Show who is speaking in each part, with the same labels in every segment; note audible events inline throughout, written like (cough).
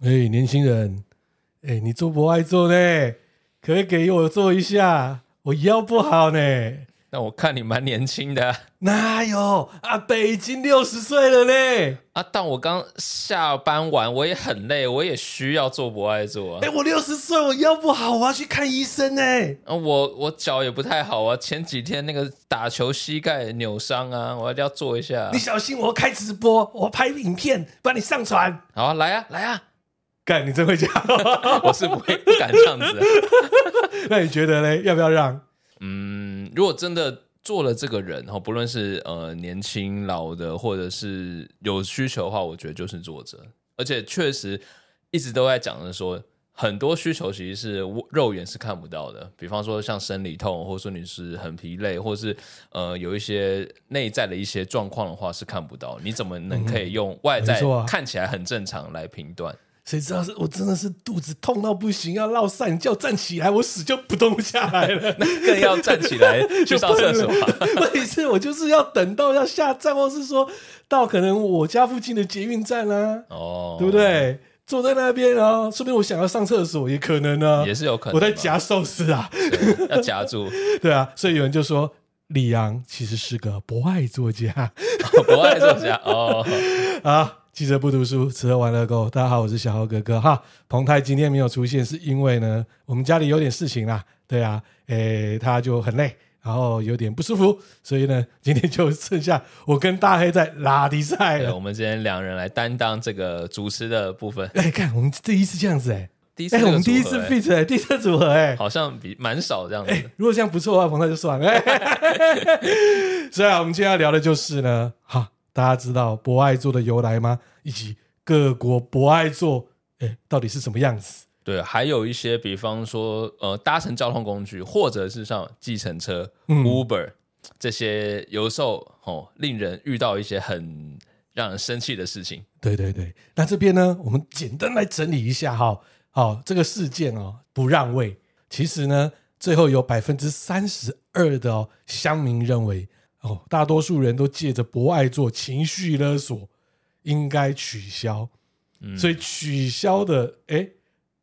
Speaker 1: 以年轻人，哎、你做不爱做呢？可不可以给我做一下？我腰不好呢。
Speaker 2: 那我看你蛮年轻的啊
Speaker 1: 哪有阿北已经六十岁了呢？
Speaker 2: 啊，但我刚下班晚，我也很累，我也需要做博爱做啊
Speaker 1: 哎、。我六十岁，我腰不好，我要去看医生呢。
Speaker 2: 啊我我脚也不太好啊，前几天那个打球膝盖扭伤啊，我一定要做一下啊、
Speaker 1: 你小心，我开直播，我拍影片，把你上传。
Speaker 2: 好啊，来啊，来
Speaker 1: (laughs)
Speaker 2: 啊！
Speaker 1: 干，你真会讲。
Speaker 2: 我是不会不敢这样子、啊。
Speaker 1: 那你觉得嘞？要不要让？
Speaker 2: 嗯，如果真的做了这个人哈，不论是呃年轻老的，或者是有需求的话，我觉得就是作者。而且确实一直都在讲的说，很多需求其实是肉眼是看不到的，比方说像生理痛，或者说你是很疲累，或是呃有一些内在的一些状况的话是看不到，你怎么能可以用外
Speaker 1: 没
Speaker 2: 在
Speaker 1: 错啊
Speaker 2: 看起来很正常来评断？
Speaker 1: 谁知道是我真的是肚子痛到不行，要落散，你叫我站起来，我死就不动不下来了。 (laughs)
Speaker 2: 更要站起来 (laughs) 去上厕所、啊。
Speaker 1: 问题是我就是要等到要下站，或是说到可能我家附近的捷运站啊，
Speaker 2: 哦，
Speaker 1: 对不？对？坐在那边啊，说不定我想要上厕所也可能啊，
Speaker 2: 也是有可能
Speaker 1: 我在
Speaker 2: 嘛
Speaker 1: 夹寿司啊，
Speaker 2: 对要夹住。
Speaker 1: 对啊，所以有人就说李昂其实是个博爱作家
Speaker 2: (laughs) 不爱作家哦，
Speaker 1: 啊。记者不读书，吃喝玩乐购。大家好，我是小豪哥哥哈。彭泰今天没有出现，是因为呢，我们家里有点事情啦。对啊，诶、他就很累，然后有点不舒服，所以呢， (laughs) 今天就剩下我跟大黑在拉迪赛
Speaker 2: 对，
Speaker 1: 了。
Speaker 2: 我们今天两人来担当这个主持的部分。
Speaker 1: 哎，看我们第一次这样子哎、
Speaker 2: 第一次
Speaker 1: 哎、
Speaker 2: 这
Speaker 1: 我
Speaker 2: 个
Speaker 1: 们第一
Speaker 2: 组
Speaker 1: 次
Speaker 2: 合哎
Speaker 1: fit 哎、第一次组合哎、
Speaker 2: 好像比蛮少
Speaker 1: (laughs)
Speaker 2: 这样子的。
Speaker 1: 如果这样不错的话，彭泰就算了。 (laughs) 所以啊，我们今天要聊的就是呢，哈，大家知道博爱座的由来吗？以及各国博爱座，哎、到底是什么样子？
Speaker 2: 对，还有一些，比方说呃，搭乘交通工具，或者是像计程车、
Speaker 1: 嗯
Speaker 2: Uber 这些，有时候哦，令人遇到一些很让人生气的事情。
Speaker 1: 对对对，那这边呢，我们简单来整理一下哈。好、这个事件哦，不让位，其实呢，最后有百分之三十二的哦乡民认为，哦，大多数人都借着博爱做情绪勒索，应该取消。
Speaker 2: 嗯
Speaker 1: 所以取消的诶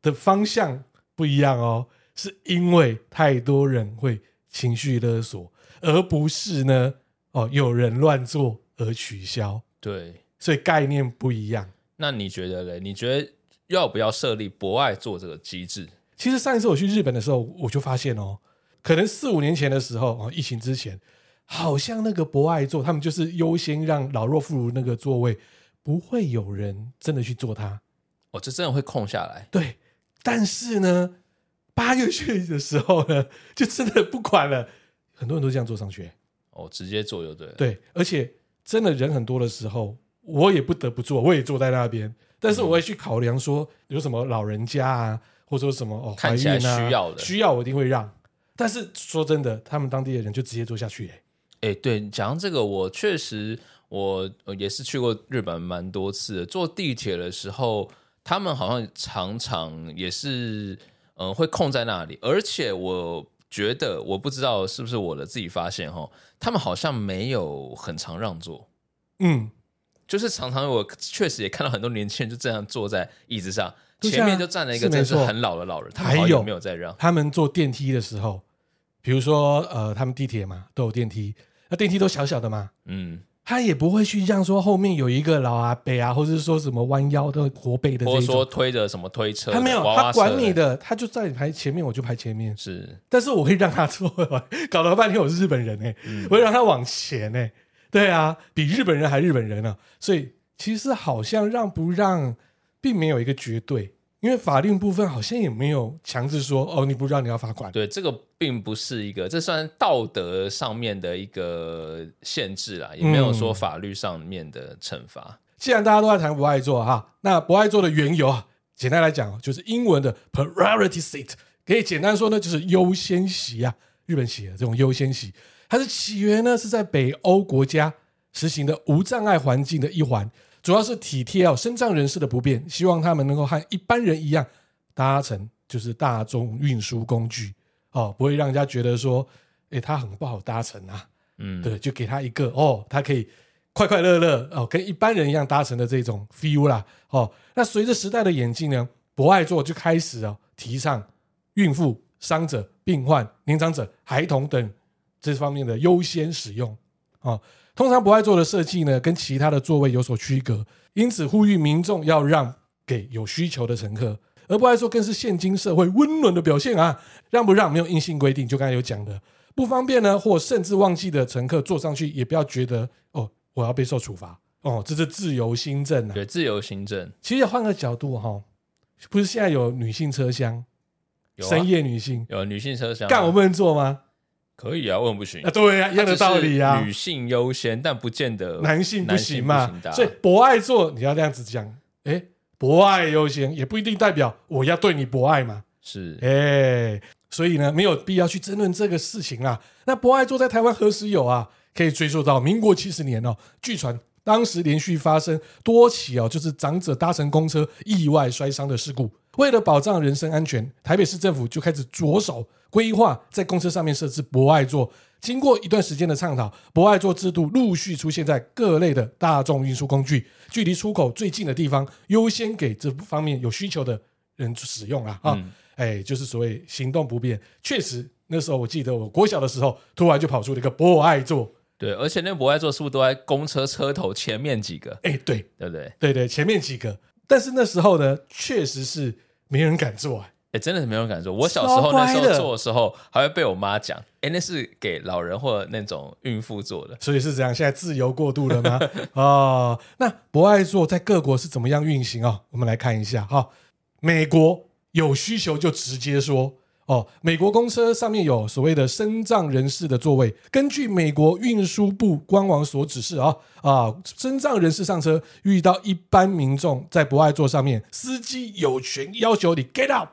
Speaker 1: 的方向不一样哦，是因为太多人会情绪勒索，而不是呢哦有人乱做而取消，
Speaker 2: 对，
Speaker 1: 所以概念不一样。
Speaker 2: 那你觉得嘞？你觉得要不要设立博爱做这个机制？
Speaker 1: 其实上一次我去日本的时候，我就发现哦，可能四五年前的时候哦，疫情之前，好像那个博爱座，他们就是优先让老弱妇孺那个座位，不会有人真的去坐它。
Speaker 2: 哦，这真的会空下来。
Speaker 1: 对，但是呢，八月去的时候呢， (laughs) 就真的不管了，很多人都这样坐上去。
Speaker 2: 哦，直接做就对了。
Speaker 1: 对，而且真的人很多的时候，我也不得不坐，我也坐在那边，但
Speaker 2: 嗯
Speaker 1: 是我会去考量说有什么老人家啊，或者说什么哦怀
Speaker 2: 看起
Speaker 1: 孕
Speaker 2: 来
Speaker 1: 啊
Speaker 2: 需要的
Speaker 1: 需要我一定会让。但是说真的，他们当地的人就直接坐下去、欸，
Speaker 2: 哎、对，讲到这个，我确实我呃也是去过日本蛮多次的。坐地铁的时候，他们好像常常也是嗯、呃会空在那里，而且我觉得我不知道是不是我的自己发现哈，他们好像没有很常让座。
Speaker 1: 嗯，
Speaker 2: 就是常常我确实也看到很多年轻人就这样坐在椅子上，
Speaker 1: 对啊
Speaker 2: 前面就站了一个
Speaker 1: 是没
Speaker 2: 真是
Speaker 1: 错
Speaker 2: 很老的老人，他
Speaker 1: 还
Speaker 2: 们好
Speaker 1: 有
Speaker 2: 像没有在让。
Speaker 1: 他们坐电梯的时候，比如说呃，他们地铁嘛都有电梯，那电梯都小小的嘛，
Speaker 2: 嗯，
Speaker 1: 他也不会去让说后面有一个老阿伯啊，或者是说什么弯腰的驼背的这
Speaker 2: 或者
Speaker 1: 一
Speaker 2: 说
Speaker 1: 种，
Speaker 2: 推着什么推车的，
Speaker 1: 他没有，
Speaker 2: 娃娃
Speaker 1: 他管
Speaker 2: 车
Speaker 1: 你的，他就在你排前面，我就排前面。 (laughs)
Speaker 2: 是
Speaker 1: 但是我会让他坐，搞了半天我是日本人哎、
Speaker 2: 嗯
Speaker 1: 我会让他往前哎、对啊，比日本人还日本人呢、所以其实好像让不让，并没有一个绝对，因为法令部分好像也没有强制说哦你不让你要罚款。
Speaker 2: 对，这个并不是一个，这算道德上面的一个限制啦，也没有
Speaker 1: 嗯
Speaker 2: 说法律上面的惩罚。
Speaker 1: 既然大家都在谈不爱做哈，那不爱做的缘由啊，简单来讲哦就是英文的 priority seat，可以简单说呢就是优先席啊，日本写的这种优先席，它的起源呢是在北欧国家实行的无障碍环境的一环，主要是体贴哦身障人士的不便，希望他们能够和一般人一样搭乘就是大众运输工具哦，不会让人家觉得说，诶、他很不好搭乘啊，
Speaker 2: 嗯，
Speaker 1: 对，就给他一个哦，他可以快快乐乐哦，跟一般人一样搭乘的这种 feel 啦哦。那随着时代的演进呢，博爱座就开始哦提倡孕妇、伤者、病患、年长者、孩童等这方面的优先使用哦。通常博爱座的设计呢，跟其他的座位有所区隔，因此呼吁民众要让给有需求的乘客。而博爱座更是现今社会温暖的表现啊！让不让没有硬性规定，就刚才有讲的，不方便呢，或甚至忘记的乘客坐上去，也不要觉得哦，我要被受处罚哦，这是自由新政啊。
Speaker 2: 对，自由行政
Speaker 1: 其实换个角度哈、不是现在有女性车厢，
Speaker 2: 有啊
Speaker 1: 深夜女性，
Speaker 2: 有女性车厢啊，
Speaker 1: 干我不能坐吗？
Speaker 2: 可以啊，为什么不行
Speaker 1: 啊，？对啊，一样的道理
Speaker 2: 它只
Speaker 1: 啊
Speaker 2: 是，女性优先，但不见得
Speaker 1: 男性不行
Speaker 2: 男
Speaker 1: 嘛
Speaker 2: 性不行的，啊
Speaker 1: 所以博爱座你要这样子讲，哎，博爱优先也不一定代表我要对你博爱嘛，
Speaker 2: 是
Speaker 1: 哎，所以呢，没有必要去争论这个事情啦。那博爱座在台湾何时有啊？可以追溯到民国七十年哦。据传当时连续发生多起哦，就是长者搭乘公车意外摔伤的事故。为了保障人身安全，台北市政府就开始着手规划在公车上面设置博爱座。经过一段时间的倡导，博爱座制度陆续出现在各类的大众运输工具，距离出口最近的地方优先给这方面有需求的人使用啦。啊。
Speaker 2: 嗯
Speaker 1: 哎，就是所谓行动不便。确实，那时候我记得我国小的时候，突然就跑出了一个博爱座。
Speaker 2: 对，而且那博爱座是不是都在公车车头前面几个？
Speaker 1: 哎，对
Speaker 2: 对不对？
Speaker 1: 对对，前面几个，但是那时候呢，确实是没人敢做、哎
Speaker 2: 哎，真的是没有感受。我小时
Speaker 1: 超
Speaker 2: 候
Speaker 1: 乖
Speaker 2: 那
Speaker 1: 的
Speaker 2: 时候做的时候，还会被我妈讲，哎，那是给老人或者那种孕妇做的。
Speaker 1: 所以是怎样？现在自由过度了吗？ (laughs) 哦，那博爱座在各国是怎么样运行哦？我们来看一下哈、美国有需求就直接说哦，美国公车上面有所谓的身障人士的座位，根据美国运输部官网所指示啊啊，身障人士上车遇到一般民众在博爱座上面，司机有权要求你 get out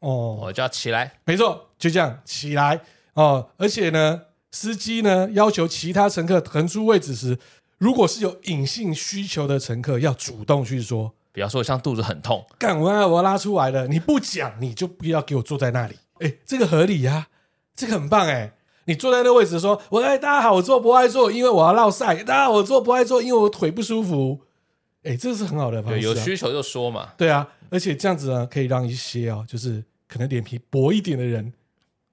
Speaker 1: 哦，
Speaker 2: 我就要起来，
Speaker 1: 没错，就这样起来哦。而且呢，司机呢要求其他乘客腾出位置时，如果是有隐性需求的乘客，要主动去说
Speaker 2: 比方说像肚子很痛，：“
Speaker 1: 干，我要我要拉出来了。”你不讲，你就不要给我坐在那里。哎，这个合理呀、这个很棒哎、你坐在那位置说：“我哎，大家好，我坐不爱坐，因为我要落晒。大家好，我坐不爱坐，因为我腿不舒服。”哎，这是很好的方
Speaker 2: 对
Speaker 1: 式、啊
Speaker 2: 有需求就说嘛。
Speaker 1: 对啊，而且这样子呢，可以让一些哦，就是可能脸皮薄一点的人，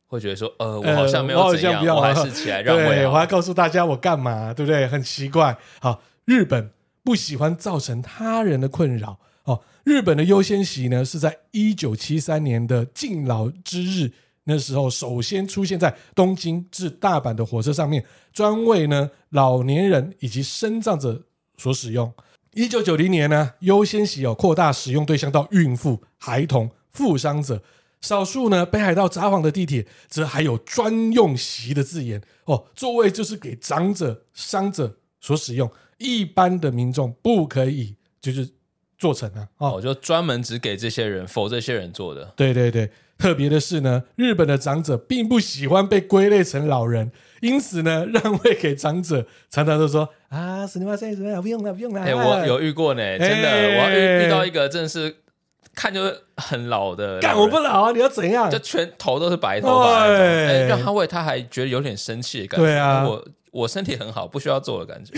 Speaker 2: 会觉得说，呃，我
Speaker 1: 呃
Speaker 2: 好像没
Speaker 1: 我好
Speaker 2: 有
Speaker 1: 像
Speaker 2: 怎样，
Speaker 1: 不要
Speaker 2: 我还
Speaker 1: 啊 (laughs)
Speaker 2: 是起来让位
Speaker 1: 对，我
Speaker 2: 好
Speaker 1: 还
Speaker 2: 了。
Speaker 1: 告诉大家我干嘛，对不对？很奇怪。好，日本不喜欢造成他人的困扰。哦，日本的优先席呢是在一九七三年的敬老之日，那时候首先出现在东京至大阪的火车上面，专为呢老年人以及身障者所使用。一九九零年呢，优先席有扩大使用对象到孕妇、孩童、负伤者。少数呢，北海道札幌的地铁则还有专用席的字眼哦，座位就是给长者、伤者所使用，一般的民众不可以就是坐成啊哦，
Speaker 2: 我就专门只给这些人，否这些人做的。
Speaker 1: 对对对，特别的是呢，日本的长者并不喜欢被归类成老人，因此呢， (laughs) 让位给长者，常常都说啊，死你妈，现在不用了，不用了。
Speaker 2: 哎、我有遇过呢，真的，
Speaker 1: 哎
Speaker 2: 我遇遇到一个真的是看就是很老的老人，
Speaker 1: 干，我不老啊，你要怎样
Speaker 2: 就？全头都是白头发那种，
Speaker 1: 哎
Speaker 2: 哎、让他喂，他还觉得有点生气的感觉。
Speaker 1: 对啊
Speaker 2: 我我身体很好，不需要做的感觉。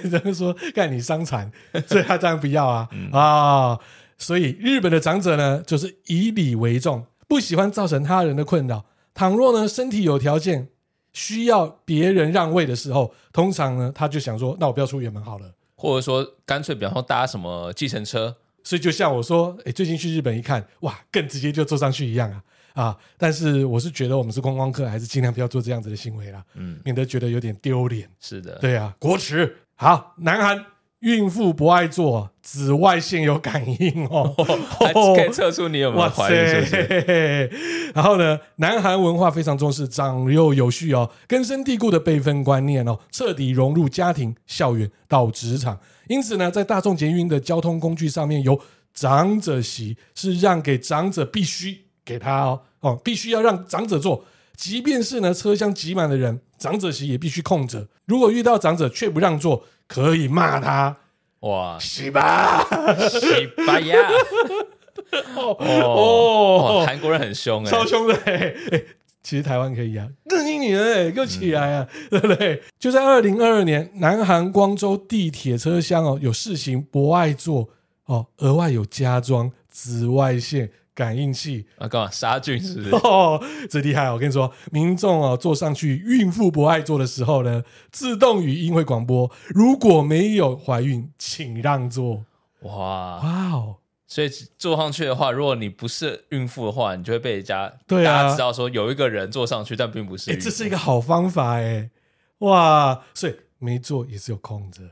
Speaker 1: (laughs) 然后说干你伤残， (laughs) 所以他当然不要啊啊、所以日本的长者呢，就是以礼为重，不喜欢造成他人的困扰。倘若呢身体有条件需要别人让位的时候，通常呢他就想说，那我不要出远门好了。 (laughs)
Speaker 2: 或者说，干脆比方说搭什么计程车，
Speaker 1: 所以就像我说，哎，最近去日本一看，哇，更直接就坐上去一样啊啊！但是我是觉得我们是观光客，还是尽量不要做这样子的行为啦，
Speaker 2: 嗯，
Speaker 1: 免得觉得有点丢脸。
Speaker 2: 是的，
Speaker 1: 对啊，国耻。好，南韩孕妇不爱坐，紫外线有感应哦。
Speaker 2: 还可以测出你有没有
Speaker 1: 哇
Speaker 2: 怀
Speaker 1: 塞
Speaker 2: 孕，是不是？！
Speaker 1: 然后呢，南韩文化非常重视长幼有序哦，根深蒂固的辈分观念哦，彻底融入家庭、校园到职场。因此呢，在大众捷运的交通工具上面有长者席，是让给长者必须给他哦哦，必须要让长者坐。即便是呢车厢挤满的人，长者席也必须空着。如果遇到长者却不让座，可以骂他
Speaker 2: 哇，
Speaker 1: 洗吧。
Speaker 2: (laughs) 西班牙
Speaker 1: 哦
Speaker 2: 哦，
Speaker 1: 哦
Speaker 2: 哇韩国人很凶
Speaker 1: (laughs)
Speaker 2: 哎、
Speaker 1: 超凶的、欸欸其实台湾可以啊，日你女儿哎，给我起来啊，对不对？就在二零二二年，南韩光州地铁车厢哦，有试行博爱座哦，额外有加装紫外线感应器
Speaker 2: 啊，干嘛杀菌是不是？
Speaker 1: 哦，这厉害！我跟你说，民众哦坐上去孕妇不爱坐的时候呢，自动语音会广播，如果没有怀孕，请让座。
Speaker 2: 哇！
Speaker 1: 哇哦，
Speaker 2: 所以坐上去的话，如果你不是孕妇的话，你就会被人家
Speaker 1: 对啊
Speaker 2: 大家知道说有一个人坐上去，但并不是
Speaker 1: 哎、
Speaker 2: 孕妇。
Speaker 1: 这是一个好方法哎、哇！所以没做也是有空着，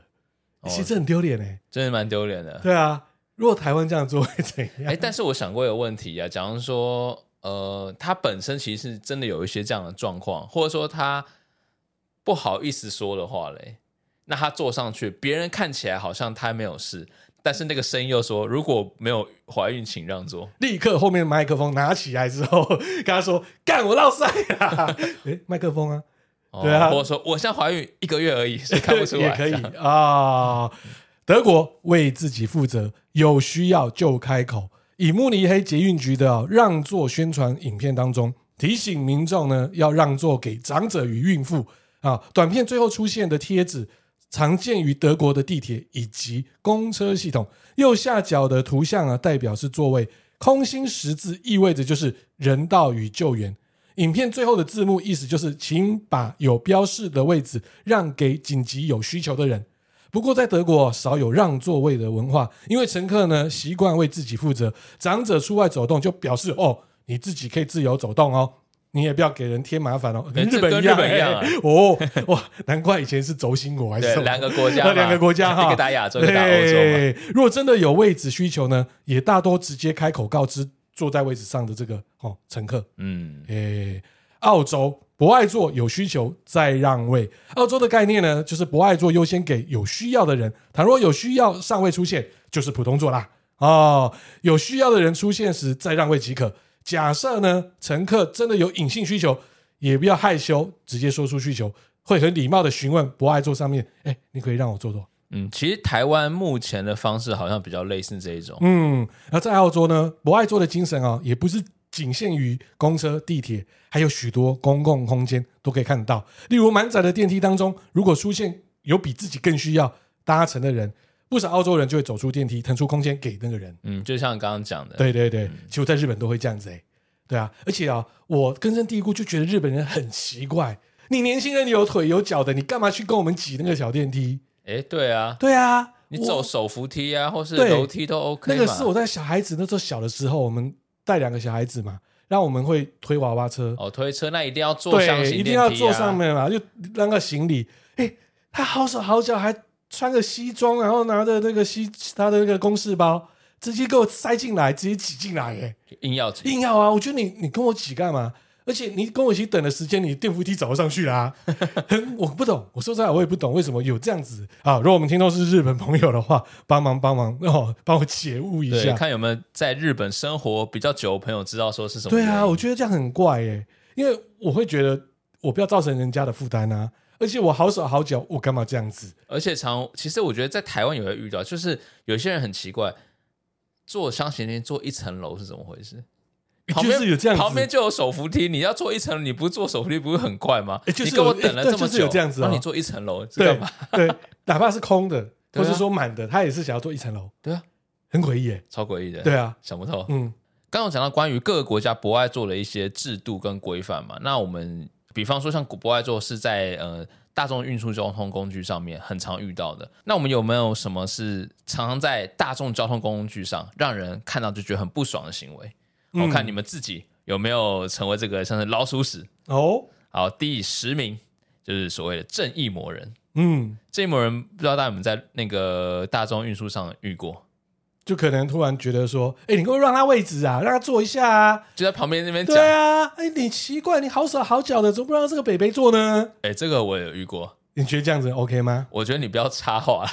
Speaker 2: 哦
Speaker 1: 其实这很丢脸哎。
Speaker 2: 真的蛮丢脸的。
Speaker 1: 对啊，如果台湾这样做会怎样？ (laughs)
Speaker 2: 哎，但是我想过一个问题啊，假如说呃，他本身其实是真的有一些这样的状况，或者说他不好意思说的话嘞，那他坐上去，别人看起来好像他没有事，但是那个声音又说如果没有怀孕，请让座。
Speaker 1: 立刻后面麦克风拿起来之后，跟他说：“干我落塞啦！”哎、麦克风啊，
Speaker 2: 哦
Speaker 1: 对啊
Speaker 2: 或者说我现在怀孕一个月而已，是看不出来，
Speaker 1: (laughs) 也可以
Speaker 2: 这样
Speaker 1: 啊、德国为自己负责，有需要就开口。以慕尼黑捷运局的、哦让座宣传影片当中，提醒民众呢要让座给长者与孕妇啊。短片最后出现的贴纸常见于德国的地铁以及公车系统，右下角的图像啊代表是座位，空心十字意味着就是人道与救援。影片最后的字幕意思就是，请把有标示的位置让给紧急有需求的人。不过在德国哦少有让座位的文化，因为乘客呢习惯为自己负责，长者出外走动就表示哦，你自己可以自由走动哦，你也不要给人添麻烦哦，跟
Speaker 2: 哎
Speaker 1: 日
Speaker 2: 这
Speaker 1: 本
Speaker 2: 跟
Speaker 1: 一样，
Speaker 2: 日本一样啊
Speaker 1: 哎哦哇，难怪以前是轴心国还是什
Speaker 2: 对
Speaker 1: 么
Speaker 2: 两个国家
Speaker 1: 那
Speaker 2: 嘛，
Speaker 1: (laughs) 两个国家哈，
Speaker 2: (laughs) 一个打亚洲，一个打欧洲嘛。
Speaker 1: 对如果真的有位置需求呢，也大多直接开口告知坐在位置上的这个哦乘客。
Speaker 2: 嗯，
Speaker 1: 诶、澳洲不爱坐有需求再让位。澳洲的概念呢，就是不爱坐优先给有需要的人。倘若有需要尚未出现，就是普通座啦。哦，有需要的人出现时再让位即可。假设呢，乘客真的有隐性需求，也不要害羞，直接说出需求，会很礼貌的询问不爱坐上面，哎、你可以让我坐坐。
Speaker 2: 嗯，其实台湾目前的方式好像比较类似这一种，
Speaker 1: 嗯，而在澳洲呢，博爱座的精神啊、也不是仅限于公车、地铁，还有许多公共空间都可以看得到。例如满载的电梯当中，如果出现有比自己更需要搭乘的人，不少澳洲人就会走出电梯，腾出空间给那个人。
Speaker 2: 嗯，就像刚刚讲的，
Speaker 1: 对对对，其实我在日本都会这样子哎、对啊，而且啊，我根深蒂固就觉得日本人很奇怪。你年轻人有腿有脚的，你干嘛去跟我们挤那个小电梯？
Speaker 2: 哎，对啊，
Speaker 1: 对啊，
Speaker 2: 你
Speaker 1: 我
Speaker 2: 走手扶梯啊，或是
Speaker 1: 对
Speaker 2: 楼梯都 OK
Speaker 1: 那
Speaker 2: 嘛。
Speaker 1: 个是我在小孩子那时候小的时候，我们带两个小孩子嘛，然后我们会推娃娃车，
Speaker 2: 哦，推车那一定要坐
Speaker 1: 对，
Speaker 2: 箱型
Speaker 1: 一
Speaker 2: 电梯
Speaker 1: 定
Speaker 2: 啊
Speaker 1: 要坐上面嘛，就那个行李，哎，他好手好脚，还穿个西装，然后拿着那个西他的那个公事包，直接给我塞进来，直接挤进来，哎，
Speaker 2: 硬要挤。
Speaker 1: 硬要啊！我觉得你你跟我挤干嘛？而且你跟我一起等的时间，你电扶梯早就上去啦、 (laughs) 很我不懂，我说实在话我也不懂为什么有这样子啊！如果我们听众是日本朋友的话，帮忙帮忙哦，帮我解悟一
Speaker 2: 对，
Speaker 1: 下。
Speaker 2: 看有没有在日本生活比较久的朋友知道说是什么
Speaker 1: 对
Speaker 2: 原因。
Speaker 1: 啊，我觉得这样很怪耶、因为我会觉得我不要造成人家的负担啊，而且我好手好脚，我干嘛这样子？
Speaker 2: 而且常其实我觉得在台湾也会遇到，就是有些人很奇怪，坐箱型电梯坐一层楼是怎么回事？旁边
Speaker 1: 就是有这样子，
Speaker 2: 旁边就有手扶梯，你要坐一层楼，你不是坐手扶梯不是很快吗？
Speaker 1: 哎就是
Speaker 2: 你跟我
Speaker 1: 有
Speaker 2: 等了
Speaker 1: 哎对
Speaker 2: 这么
Speaker 1: 就是
Speaker 2: 久，
Speaker 1: 有这样子哦
Speaker 2: 然后你坐一层楼是
Speaker 1: 对
Speaker 2: 干嘛？ (laughs)
Speaker 1: 对，哪怕是空的，或
Speaker 2: 对啊
Speaker 1: 是说满的，他也是想要做一层楼，
Speaker 2: 对啊，
Speaker 1: 很诡异耶、
Speaker 2: 超诡异的，
Speaker 1: 对啊，
Speaker 2: 想不透。
Speaker 1: 嗯，
Speaker 2: 刚刚有讲到关于各个国家博爱座的一些制度跟规范嘛，那我们比方说像博爱座是在呃大众运输交通工具上面很常遇到的，那我们有没有什么是常常在大众交通工具上让人看到就觉得很不爽的行为？
Speaker 1: 嗯
Speaker 2: 我、看你们自己有没有成为这个像是老鼠屎？
Speaker 1: 哦，
Speaker 2: 好，第十名就是所谓的正义魔人。
Speaker 1: 嗯，
Speaker 2: 正义魔人不知道大家有没有在那个大众运输上遇过？
Speaker 1: 就可能突然觉得说，哎、你给我让他位置啊，让他坐一下啊，
Speaker 2: 就在旁边那边讲，
Speaker 1: 对
Speaker 2: 哎、
Speaker 1: 啊，哎、你奇怪，你好手好脚的，怎么不让这个北北坐呢？
Speaker 2: 哎这个我有遇过。
Speaker 1: 你觉得这样子 OK 吗？
Speaker 2: 我觉得你不要插话， (laughs)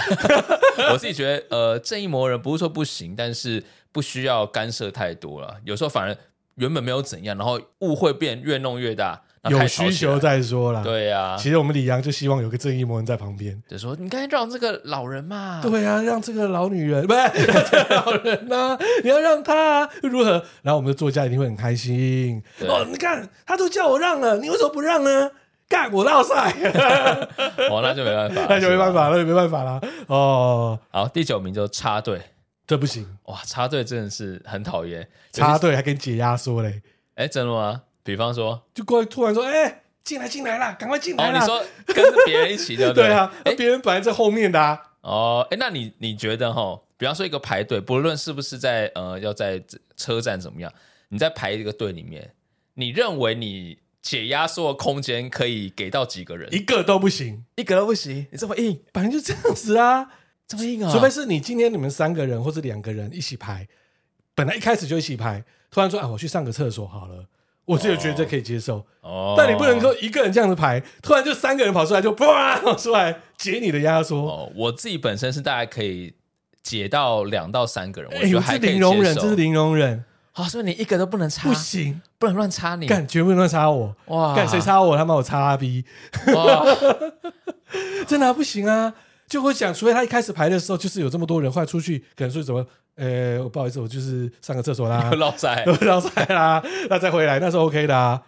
Speaker 2: 我自己觉得，呃，正义魔人不是说不行，但是不需要干涉太多了。有时候反而原本没有怎样，然后误会变越弄越大，那
Speaker 1: 有
Speaker 2: 开始吵
Speaker 1: 需
Speaker 2: 起
Speaker 1: 求
Speaker 2: 来
Speaker 1: 再说啦。，
Speaker 2: 对啊呀、
Speaker 1: 其实我们李阳就希望有个正义魔人在旁边。
Speaker 2: 就说你该让这个老人嘛，
Speaker 1: 对啊，让这个老女人不是 (laughs) 让这个老人呐、你要让她、如何？然后我们的作家一定会很开心。
Speaker 2: 对
Speaker 1: 哦，你看他都叫我让了，你为什么不让呢？干我落赛，
Speaker 2: 哦，那就没办
Speaker 1: (laughs) ，
Speaker 2: 法
Speaker 1: 那就没办
Speaker 2: 是吧。
Speaker 1: (laughs) 法了，那就没办法啦。哦，
Speaker 2: 好，第九名就插队，
Speaker 1: 这不行，
Speaker 2: 哇，插队真的是很讨厌。
Speaker 1: 插
Speaker 2: 尤其是，
Speaker 1: 队还跟解压缩嘞，
Speaker 2: 哎，真的吗？比方说，
Speaker 1: 就过来突然说，哎、进来进来啦，赶快进
Speaker 2: 哦，
Speaker 1: 来
Speaker 2: 你
Speaker 1: 啦。
Speaker 2: 说跟着别人一起，对不
Speaker 1: 哎 (laughs) 对啊，那
Speaker 2: 哎，
Speaker 1: 别人本来在后面的、啊，
Speaker 2: 哦，哎，那你你觉得哈，比方说一个排队，不论是不是在呃要在车站怎么样，你在排一个队里面，你认为你解压缩的空间可以给到几个人？
Speaker 1: 一个都不行，
Speaker 2: 一个都不行，你这么硬，
Speaker 1: 本来就这样子啊。
Speaker 2: 这么硬啊？
Speaker 1: 除非是你今天你们三个人或者两个人一起排，本来一开始就一起排，突然说啊，我去上个厕所好了，我这个觉得这可以接受。
Speaker 2: 哦，
Speaker 1: 但你不能说一个人这样子排，突然就三个人跑出来就啪跑出来解你的压缩。
Speaker 2: 哦，我自己本身是大概可以解到两到三个人，我
Speaker 1: 哎、
Speaker 2: 觉得
Speaker 1: 呦，
Speaker 2: 还
Speaker 1: 这
Speaker 2: 可以
Speaker 1: 零容
Speaker 2: 接
Speaker 1: 忍，
Speaker 2: 受
Speaker 1: 这是零容忍，
Speaker 2: 啊，所以你一个都不能插，
Speaker 1: 不行，
Speaker 2: 不能乱插你，
Speaker 1: 干绝不能插我，
Speaker 2: 嗯哇，
Speaker 1: 干谁插我他妈我插他逼，
Speaker 2: 哇？，
Speaker 1: 真的啊、不行啊！就会想，除非他一开始排的时候就是有这么多人，后来出去可能说什么，呃，我不好意思，我就是上个厕所啦
Speaker 2: (laughs) 老塞
Speaker 1: 绕赛啦，那再回来那是 OK 的啊。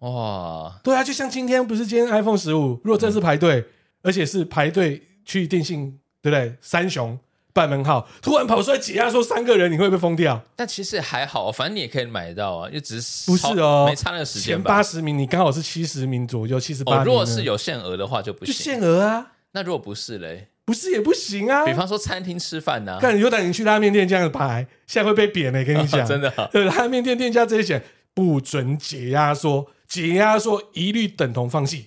Speaker 2: 哇，
Speaker 1: 对啊，就像今天不是今天 iPhone 十五，如果正式排队，
Speaker 2: 嗯
Speaker 1: 而且是排队去电信，对不对？三雄办门号突然跑出来挤压说三个人，你会被封掉。
Speaker 2: 但其实还好，反正你也可以买到啊，就只是
Speaker 1: 不是哦
Speaker 2: 没差那个时
Speaker 1: 前
Speaker 2: 间吧
Speaker 1: 八。十名，你刚好是七十名左右，七十八
Speaker 2: 哦，
Speaker 1: 名。
Speaker 2: 如果是有限额的话就不
Speaker 1: 就
Speaker 2: 行。
Speaker 1: 限额啊，
Speaker 2: 那如果不是嘞，
Speaker 1: 不是也不行啊。
Speaker 2: 比方说餐厅吃饭呢，
Speaker 1: 看有胆你去拉面店这样排，现在会被扁的、欸跟
Speaker 2: (laughs)
Speaker 1: 你讲，
Speaker 2: 真的啊
Speaker 1: 对，拉面店店家直接写不准解压缩，解压缩一律等同放弃。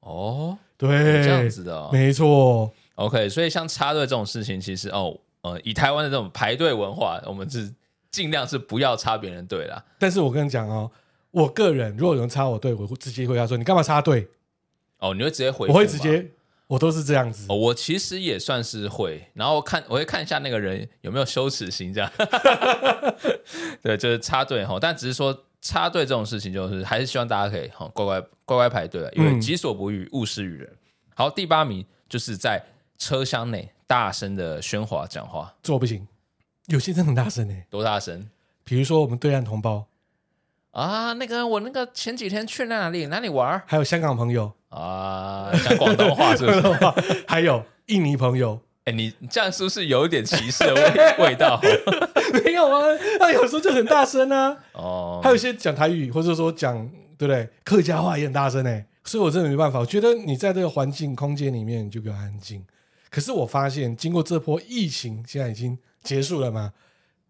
Speaker 2: 哦，
Speaker 1: 对，
Speaker 2: 这样子的哦。
Speaker 1: 没错。
Speaker 2: OK，所以像插队这种事情，其实哦，呃，以台湾的这种排队文化，我们是尽量是不要插别人队啦。
Speaker 1: 但是我跟你讲哦，我个人如果有人插我队，我会直接回答说：“你干嘛插队
Speaker 2: 哦，你会直接？”回？
Speaker 1: 我会直。接，我都是这样子
Speaker 2: 哦，。我其实也算是会，然后看我会看一下那个人有没有羞耻心，这样。 (laughs) 对，就是插队哈，但只是说插队这种事情，就是还是希望大家可以哈乖乖乖乖排队啊，因为
Speaker 1: 嗯
Speaker 2: 己所不欲，勿施于人。好，第八名就是在车厢内大声的喧哗讲话，
Speaker 1: 做不行，有些真的很大声呢、欸
Speaker 2: 多大声？
Speaker 1: 比如说我们对岸同胞，
Speaker 2: 啊，那个我那个前几天去那里哪里玩儿
Speaker 1: 还有香港朋友，
Speaker 2: 啊？讲广东话是不是？
Speaker 1: (laughs) 还有印尼朋友，
Speaker 2: 哎、你这样是不是有一点歧视的味 (laughs) 味道？
Speaker 1: 没有啊？他有时候就很大声啊。
Speaker 2: 哦，
Speaker 1: 还有一些讲台语，或者说讲对不对客家话也很大声呢、所以我真的没办法，我觉得你在这个环境空间里面，你就比较安静。可是我发现，经过这波疫情，现在已经结束了嘛，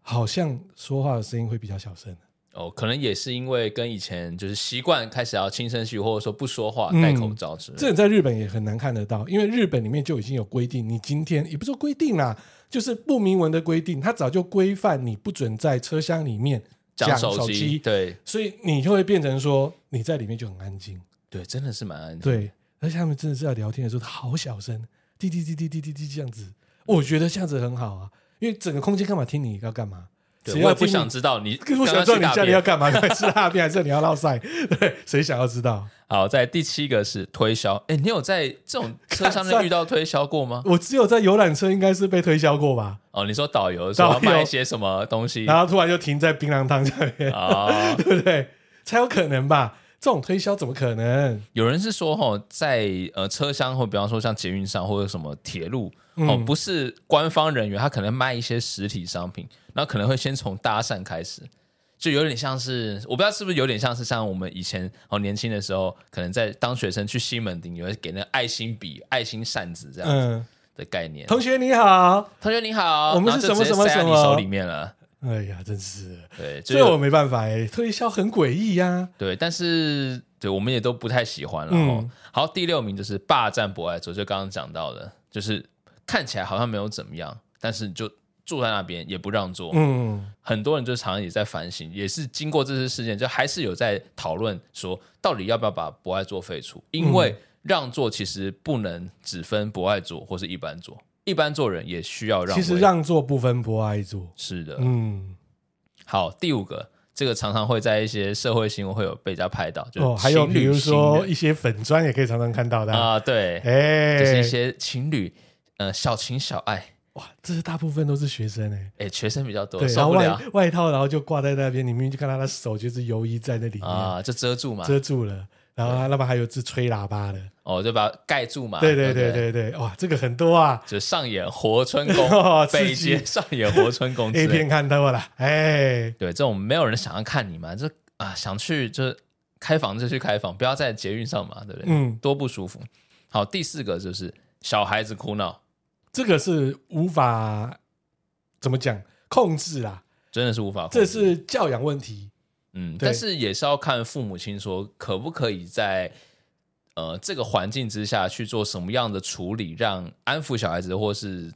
Speaker 1: 好像说话的声音会比较小声。
Speaker 2: 哦，可能也是因为跟以前就是习惯开始要轻声细语，或者说不说话、
Speaker 1: 嗯
Speaker 2: 戴口罩之类的。
Speaker 1: 这在日本也很难看得到，因为日本里面就已经有规定，你今天也不是说规定啦，就是不明文的规定，它早就规范你不准在车厢里面
Speaker 2: 讲
Speaker 1: 手
Speaker 2: 手机，对
Speaker 1: 所以你就会变成说你在里面就很安静，
Speaker 2: 对，真的是蛮安静。
Speaker 1: 对，而且他们真的是在聊天的时候好小声，滴滴滴滴滴滴滴这样子，我觉得这样子很好啊，因为整个空间干嘛听你要干嘛，
Speaker 2: 对
Speaker 1: 只
Speaker 2: 我
Speaker 1: 要
Speaker 2: 也不
Speaker 1: 听
Speaker 2: 想
Speaker 1: 你。
Speaker 2: 知道
Speaker 1: (laughs)
Speaker 2: 你刚
Speaker 1: 不
Speaker 2: 刚
Speaker 1: 想知道
Speaker 2: 去
Speaker 1: 你
Speaker 2: 大
Speaker 1: 家里
Speaker 2: 便
Speaker 1: 要干嘛， (laughs) 你吃大便还是你要落塞？ (laughs) 对，谁想要知道？
Speaker 2: 好，在第七个是推销。哎，你有在这种车上面遇到推销过吗？
Speaker 1: 我只有在游览车应该是被推销过吧，
Speaker 2: 哦，你说导游说要
Speaker 1: 导游
Speaker 2: 卖一些什么东西
Speaker 1: 然
Speaker 2: 啊？
Speaker 1: 后突然就停在槟榔汤下面， (laughs)
Speaker 2: 哦
Speaker 1: 对不对？才有可能吧？这种推销怎么可能？
Speaker 2: 有人是说哈，在呃车厢或比方说像捷运上或者什么铁路、哦，
Speaker 1: 嗯
Speaker 2: 不是官方人员，他可能卖一些实体商品，那可能会先从搭讪开始，就有点像是我不知道是不是有点像是像我们以前哦年轻的时候，可能在当学生去西门町，有人给那个爱心笔、爱心扇子这样
Speaker 1: 嗯，
Speaker 2: 的概念。
Speaker 1: 同学你好，
Speaker 2: 同学你好，
Speaker 1: 我们
Speaker 2: 然后
Speaker 1: 是
Speaker 2: 就
Speaker 1: 什么
Speaker 2: 直接
Speaker 1: 什么
Speaker 2: 塞在
Speaker 1: 什
Speaker 2: 你
Speaker 1: 么
Speaker 2: 手里面了。
Speaker 1: 哎呀，真是，
Speaker 2: 对，就
Speaker 1: 这我
Speaker 2: 是
Speaker 1: 没办法哎，推销很诡异呀。
Speaker 2: 对，但是对我们也都不太喜欢了。哦
Speaker 1: 嗯，
Speaker 2: 好，第六名就是霸占博爱座，就刚刚讲到的，就是看起来好像没有怎么样，但是就坐在那边也不让座。
Speaker 1: 嗯，
Speaker 2: 很多人就常常也在反省，也是经过这次事件，就还是有在讨论说，到底要不要把博爱座废
Speaker 1: 嗯
Speaker 2: 除？因为让座其实不能只分博爱座或是一般座，一般座人也需要让
Speaker 1: 其
Speaker 2: 位。啊
Speaker 1: 实让座不分博爱座。
Speaker 2: 是的，
Speaker 1: 嗯，
Speaker 2: 好，第五个这个常常会在一些社会新闻会有被人家拍到，就是
Speaker 1: 哦，还有
Speaker 2: 情
Speaker 1: 比
Speaker 2: 侣
Speaker 1: 如
Speaker 2: 新
Speaker 1: 说
Speaker 2: 人
Speaker 1: 一些粉砖也可以常常看到的啊，
Speaker 2: 啊，对，
Speaker 1: 哎，
Speaker 2: 就是一些情侣呃小情小爱，
Speaker 1: 哇，这是大部分都是学生哎，
Speaker 2: 哎，学生比较多，
Speaker 1: 对，然
Speaker 2: 受
Speaker 1: 后
Speaker 2: 不
Speaker 1: 外
Speaker 2: 了
Speaker 1: 外套然后就挂在那边，你明明就看他的手就是游移在那里面
Speaker 2: 啊，就遮住嘛，
Speaker 1: 嗯遮住了，然后他那边还有只吹喇叭的，
Speaker 2: 哦，就把它盖住嘛，
Speaker 1: 对
Speaker 2: 对
Speaker 1: 对对
Speaker 2: 不
Speaker 1: 对对，哇，这个很多啊
Speaker 2: 就上演活春宫
Speaker 1: (laughs) 哦，
Speaker 2: 北
Speaker 1: 刺激
Speaker 2: 街上演活春宫之
Speaker 1: ，A
Speaker 2: 类
Speaker 1: 片看到了，哎，
Speaker 2: 对，这种没有人想要看你嘛，这啊想去就是开房就去开房，不要在捷运上嘛，对不对？
Speaker 1: 嗯，
Speaker 2: 多不舒服。好，第四个就是小孩子哭闹，
Speaker 1: 这个是无法怎么讲控制啦，
Speaker 2: 真的是无法控制。
Speaker 1: 这是教养问题，
Speaker 2: 嗯，
Speaker 1: 对
Speaker 2: 但是也是要看父母亲说可不可以在呃这个环境之下去做什么样的处理，让安抚小孩子，或是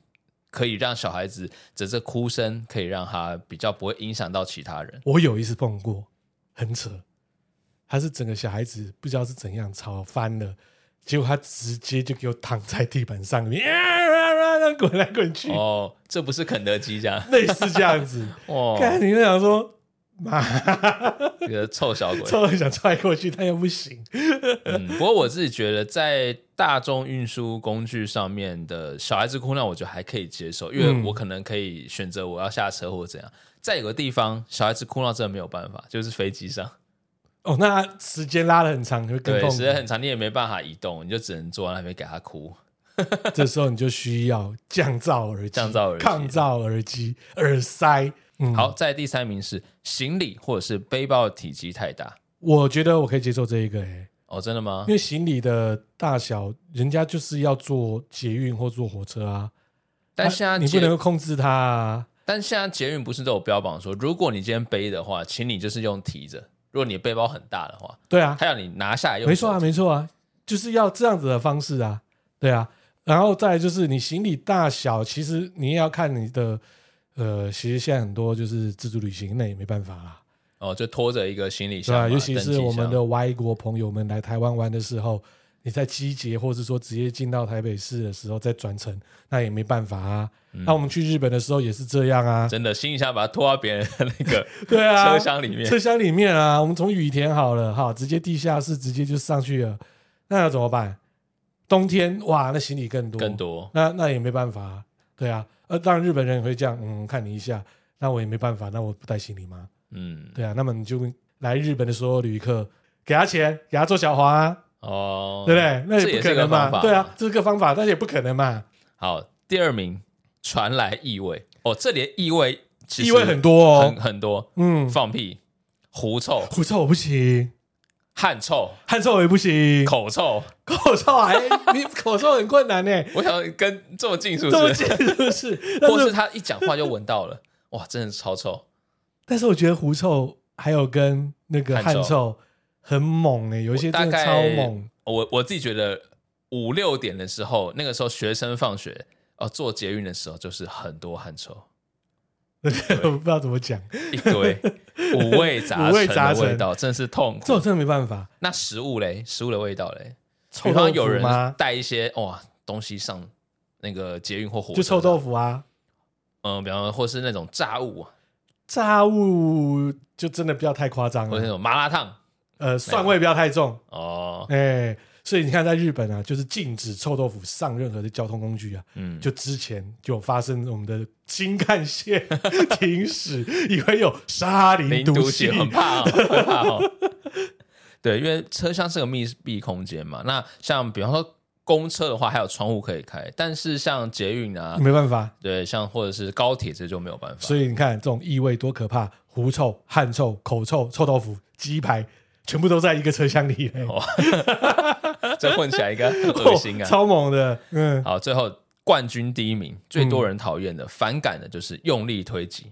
Speaker 2: 可以让小孩子的这哭声可以让他比较不会影响到其
Speaker 1: (laughs)
Speaker 2: 他人。
Speaker 1: 我有一次碰过，很扯，他是整个小孩子不知道是怎样吵翻了，结果他直接就给我躺在地板上面，啊啊啊啊滚来滚去，
Speaker 2: 哦，这不是肯德基
Speaker 1: (laughs)
Speaker 2: 这样
Speaker 1: 类似这样子。
Speaker 2: 哦，
Speaker 1: 看你就想说，妈，
Speaker 2: 这个臭小
Speaker 1: (laughs)
Speaker 2: 鬼。
Speaker 1: 超想踹过去，但又不行。
Speaker 2: 嗯，不过我自己觉得，在大众运输工具上面的小孩子哭闹，我觉得还可以接受，因为
Speaker 1: 嗯
Speaker 2: 我可能可以选择我要下车或怎样。在有个地方，小孩子哭闹真的没有办法，就是飞机上，
Speaker 1: 哦，那时间拉的很长，你会更
Speaker 2: 对，
Speaker 1: 痛
Speaker 2: 时间很
Speaker 1: 苦。
Speaker 2: 长，你也没办法移动，你就只能坐在那边给他哭。
Speaker 1: 这时候你就需要降噪耳机、
Speaker 2: 降噪耳机
Speaker 1: 抗噪耳机、耳塞。嗯，
Speaker 2: 好，，在第三名是行李或者是背包的体积太大。
Speaker 1: 我觉得我可以接受这一个、欸，
Speaker 2: 哦，真的吗
Speaker 1: 因？为行李的大小，人家就是要坐捷运或坐火车啊。
Speaker 2: 但现
Speaker 1: 啊
Speaker 2: 在
Speaker 1: 你不
Speaker 2: 捷，
Speaker 1: 能够控制它啊。
Speaker 2: 但现在捷运不是都有标榜说，如果你今天背的话，请你就是用提着；如果你背包很大的话，
Speaker 1: 对啊，
Speaker 2: 他要你拿下来用手。
Speaker 1: 没错啊，没错啊，就是要这样子的方式啊，对啊。然后再来就是你行李大小，其实你也要看你的，呃，其实现在很多就是自助旅行，那也没办法啦，
Speaker 2: 哦，就拖着一个行李
Speaker 1: 对
Speaker 2: 箱
Speaker 1: 吧、
Speaker 2: 嘛，
Speaker 1: 尤其
Speaker 2: 啊登
Speaker 1: 是
Speaker 2: 机
Speaker 1: 我们
Speaker 2: 箱
Speaker 1: 的外国朋友们来台湾玩的时候，你在机捷或是说直接进到台北市的时候再转乘，那也没办法啊。
Speaker 2: 嗯
Speaker 1: 那我们去日本的时候也是这样啊，
Speaker 2: 真的行李箱把它拖到别人的那个
Speaker 1: (laughs)
Speaker 2: (laughs)
Speaker 1: 对啊，
Speaker 2: 车厢里面
Speaker 1: 车。厢里面啊，我们从羽田好了，哈，直接地下室直接就上去了，那要怎么办？冬天哇，那行李更多
Speaker 2: 更，多，
Speaker 1: 那那也没办法、啊，对啊，呃，当然日本人也会这样，嗯，看你一下，那我也没办法，那我不带行李吗？
Speaker 2: 嗯，
Speaker 1: 对啊，那么你就来日本的所有旅客给他钱，给他做小黄啊，
Speaker 2: 哦，
Speaker 1: 对不？对？那
Speaker 2: 这也
Speaker 1: 不
Speaker 2: 是
Speaker 1: 可
Speaker 2: 个
Speaker 1: 能
Speaker 2: 方法
Speaker 1: 嘛，对
Speaker 2: 嘛
Speaker 1: 啊，这是个方法，但也不可能嘛，
Speaker 2: 好，第二名传来异味，哦，这里的异味其实
Speaker 1: 异味很多哦
Speaker 2: 很，很多，
Speaker 1: 嗯，
Speaker 2: 放屁、狐臭、
Speaker 1: 狐臭我不行，
Speaker 2: 汗臭、
Speaker 1: 汗臭我也不行，
Speaker 2: 口
Speaker 1: (laughs)
Speaker 2: 臭，
Speaker 1: 口臭还你口臭很困难呢、
Speaker 2: 我想跟这么近是不
Speaker 1: 这么
Speaker 2: 是？
Speaker 1: 近是不是？但
Speaker 2: 或
Speaker 1: 是
Speaker 2: 是他一讲话就闻到了，哇，真的超臭，
Speaker 1: (laughs) 但是我觉得狐臭还有跟那个
Speaker 2: 汗臭
Speaker 1: 汗臭很猛诶、欸有一些
Speaker 2: 大
Speaker 1: 真的
Speaker 2: 概
Speaker 1: 超猛。 (laughs)
Speaker 2: 我我自己觉得五六点的时候，那个时候学生放学哦，坐捷运的时候就是很多汗臭。
Speaker 1: 我不知道怎么讲，
Speaker 2: 一堆
Speaker 1: (laughs)
Speaker 2: 五味杂
Speaker 1: 五味杂
Speaker 2: 陈的
Speaker 1: 陈
Speaker 2: 味道，真是痛
Speaker 1: 这我
Speaker 2: 苦。
Speaker 1: 真的没办法。
Speaker 2: 那食物嘞，食物的味道嘞，
Speaker 1: 臭
Speaker 2: 比
Speaker 1: 豆
Speaker 2: 方
Speaker 1: 腐
Speaker 2: 有人
Speaker 1: 吗？
Speaker 2: 带一些哇东西上那个捷运或火车，
Speaker 1: 就臭豆，腐啊，
Speaker 2: 嗯，比方说或是那种炸物啊，
Speaker 1: 炸物就真的不要太夸张
Speaker 2: 或是那
Speaker 1: 了。
Speaker 2: 种麻辣烫
Speaker 1: 呃，蒜味不要太重，
Speaker 2: 哦，
Speaker 1: 哎、所以你看，在日本啊，就是禁止臭豆腐上任何的交通工具啊。
Speaker 2: 嗯，
Speaker 1: 就之前就有发生我们的新干线 (laughs) 停驶，以为有沙林
Speaker 2: 零
Speaker 1: 毒
Speaker 2: 毒
Speaker 1: 气
Speaker 2: 血，很
Speaker 1: (laughs)
Speaker 2: 怕、哦，很怕哦。对，因为车厢是个密闭空间嘛。那像比方说公车的话，还有窗户可以开，但是像捷运啊，
Speaker 1: 没办法，
Speaker 2: 对，像或者是高铁这就没有办法。
Speaker 1: 嗯所以你看，这种异味多可怕！狐臭、汗臭、口臭、臭豆腐、鸡排，全部都在一个车厢里、欸，
Speaker 2: 哦，这混起来应该很恶
Speaker 1: (laughs)
Speaker 2: 心
Speaker 1: 哦
Speaker 2: 啊。
Speaker 1: 超猛的。嗯，
Speaker 2: 好，最后冠军第一名，最多人讨厌的、反感的就是用力推挤，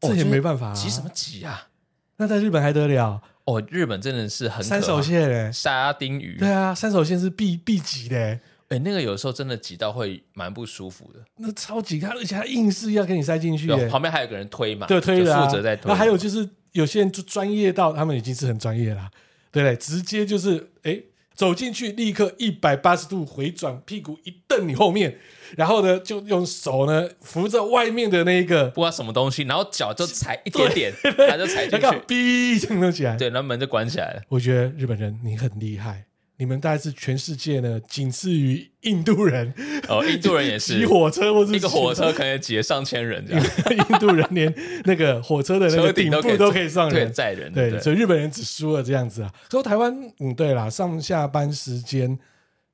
Speaker 2: 哦
Speaker 1: 这也没办法、啊。
Speaker 2: 挤什么挤啊？
Speaker 1: 那在日本还得了？
Speaker 2: 哦，日本真的是很可
Speaker 1: 三手
Speaker 2: 怕、
Speaker 1: 线、欸，
Speaker 2: 沙丁鱼，
Speaker 1: 对啊，三手线是必必挤的、欸
Speaker 2: 哎，那个有时候真的挤到会蛮不舒服的。
Speaker 1: 那超级它，而且它硬是要给你塞进去、
Speaker 2: 对，啊
Speaker 1: 欸，
Speaker 2: 旁边还有个人推
Speaker 1: (laughs)
Speaker 2: 嘛，
Speaker 1: 对，推
Speaker 2: 就
Speaker 1: 的、啊。
Speaker 2: 负责在推。
Speaker 1: 那还有就是，有些人就专业到他们已经是很专业啦，对不对？直接就是，哎、走进去立刻一百八十度回转，屁股一蹬你后面，然后呢就用手呢扶着外面的那一个，
Speaker 2: 不知道什么东西，然后脚
Speaker 1: (laughs)
Speaker 2: 就踩一点点，他就踩
Speaker 1: 他
Speaker 2: 进
Speaker 1: 刚好
Speaker 2: 去，
Speaker 1: 哔这样弄起来。
Speaker 2: 对，然后门就关起来了。
Speaker 1: 我觉得日本人你很厉害，你们大概是全世界呢仅次于印度人，
Speaker 2: 哦，印度人也
Speaker 1: (laughs)
Speaker 2: 是
Speaker 1: 骑火车或是
Speaker 2: 一个
Speaker 1: 骑
Speaker 2: 火车，可能挤了上千人这样，
Speaker 1: 印度人连那个火车的那
Speaker 2: 车
Speaker 1: 个
Speaker 2: 顶
Speaker 1: 顶
Speaker 2: 都可
Speaker 1: 部
Speaker 2: 以
Speaker 1: 都可以上
Speaker 2: 对
Speaker 1: 人，
Speaker 2: 载人，
Speaker 1: 对，
Speaker 2: 对
Speaker 1: 所以日本人只输了这样子啊。说台湾，嗯，对啦，上下班时间，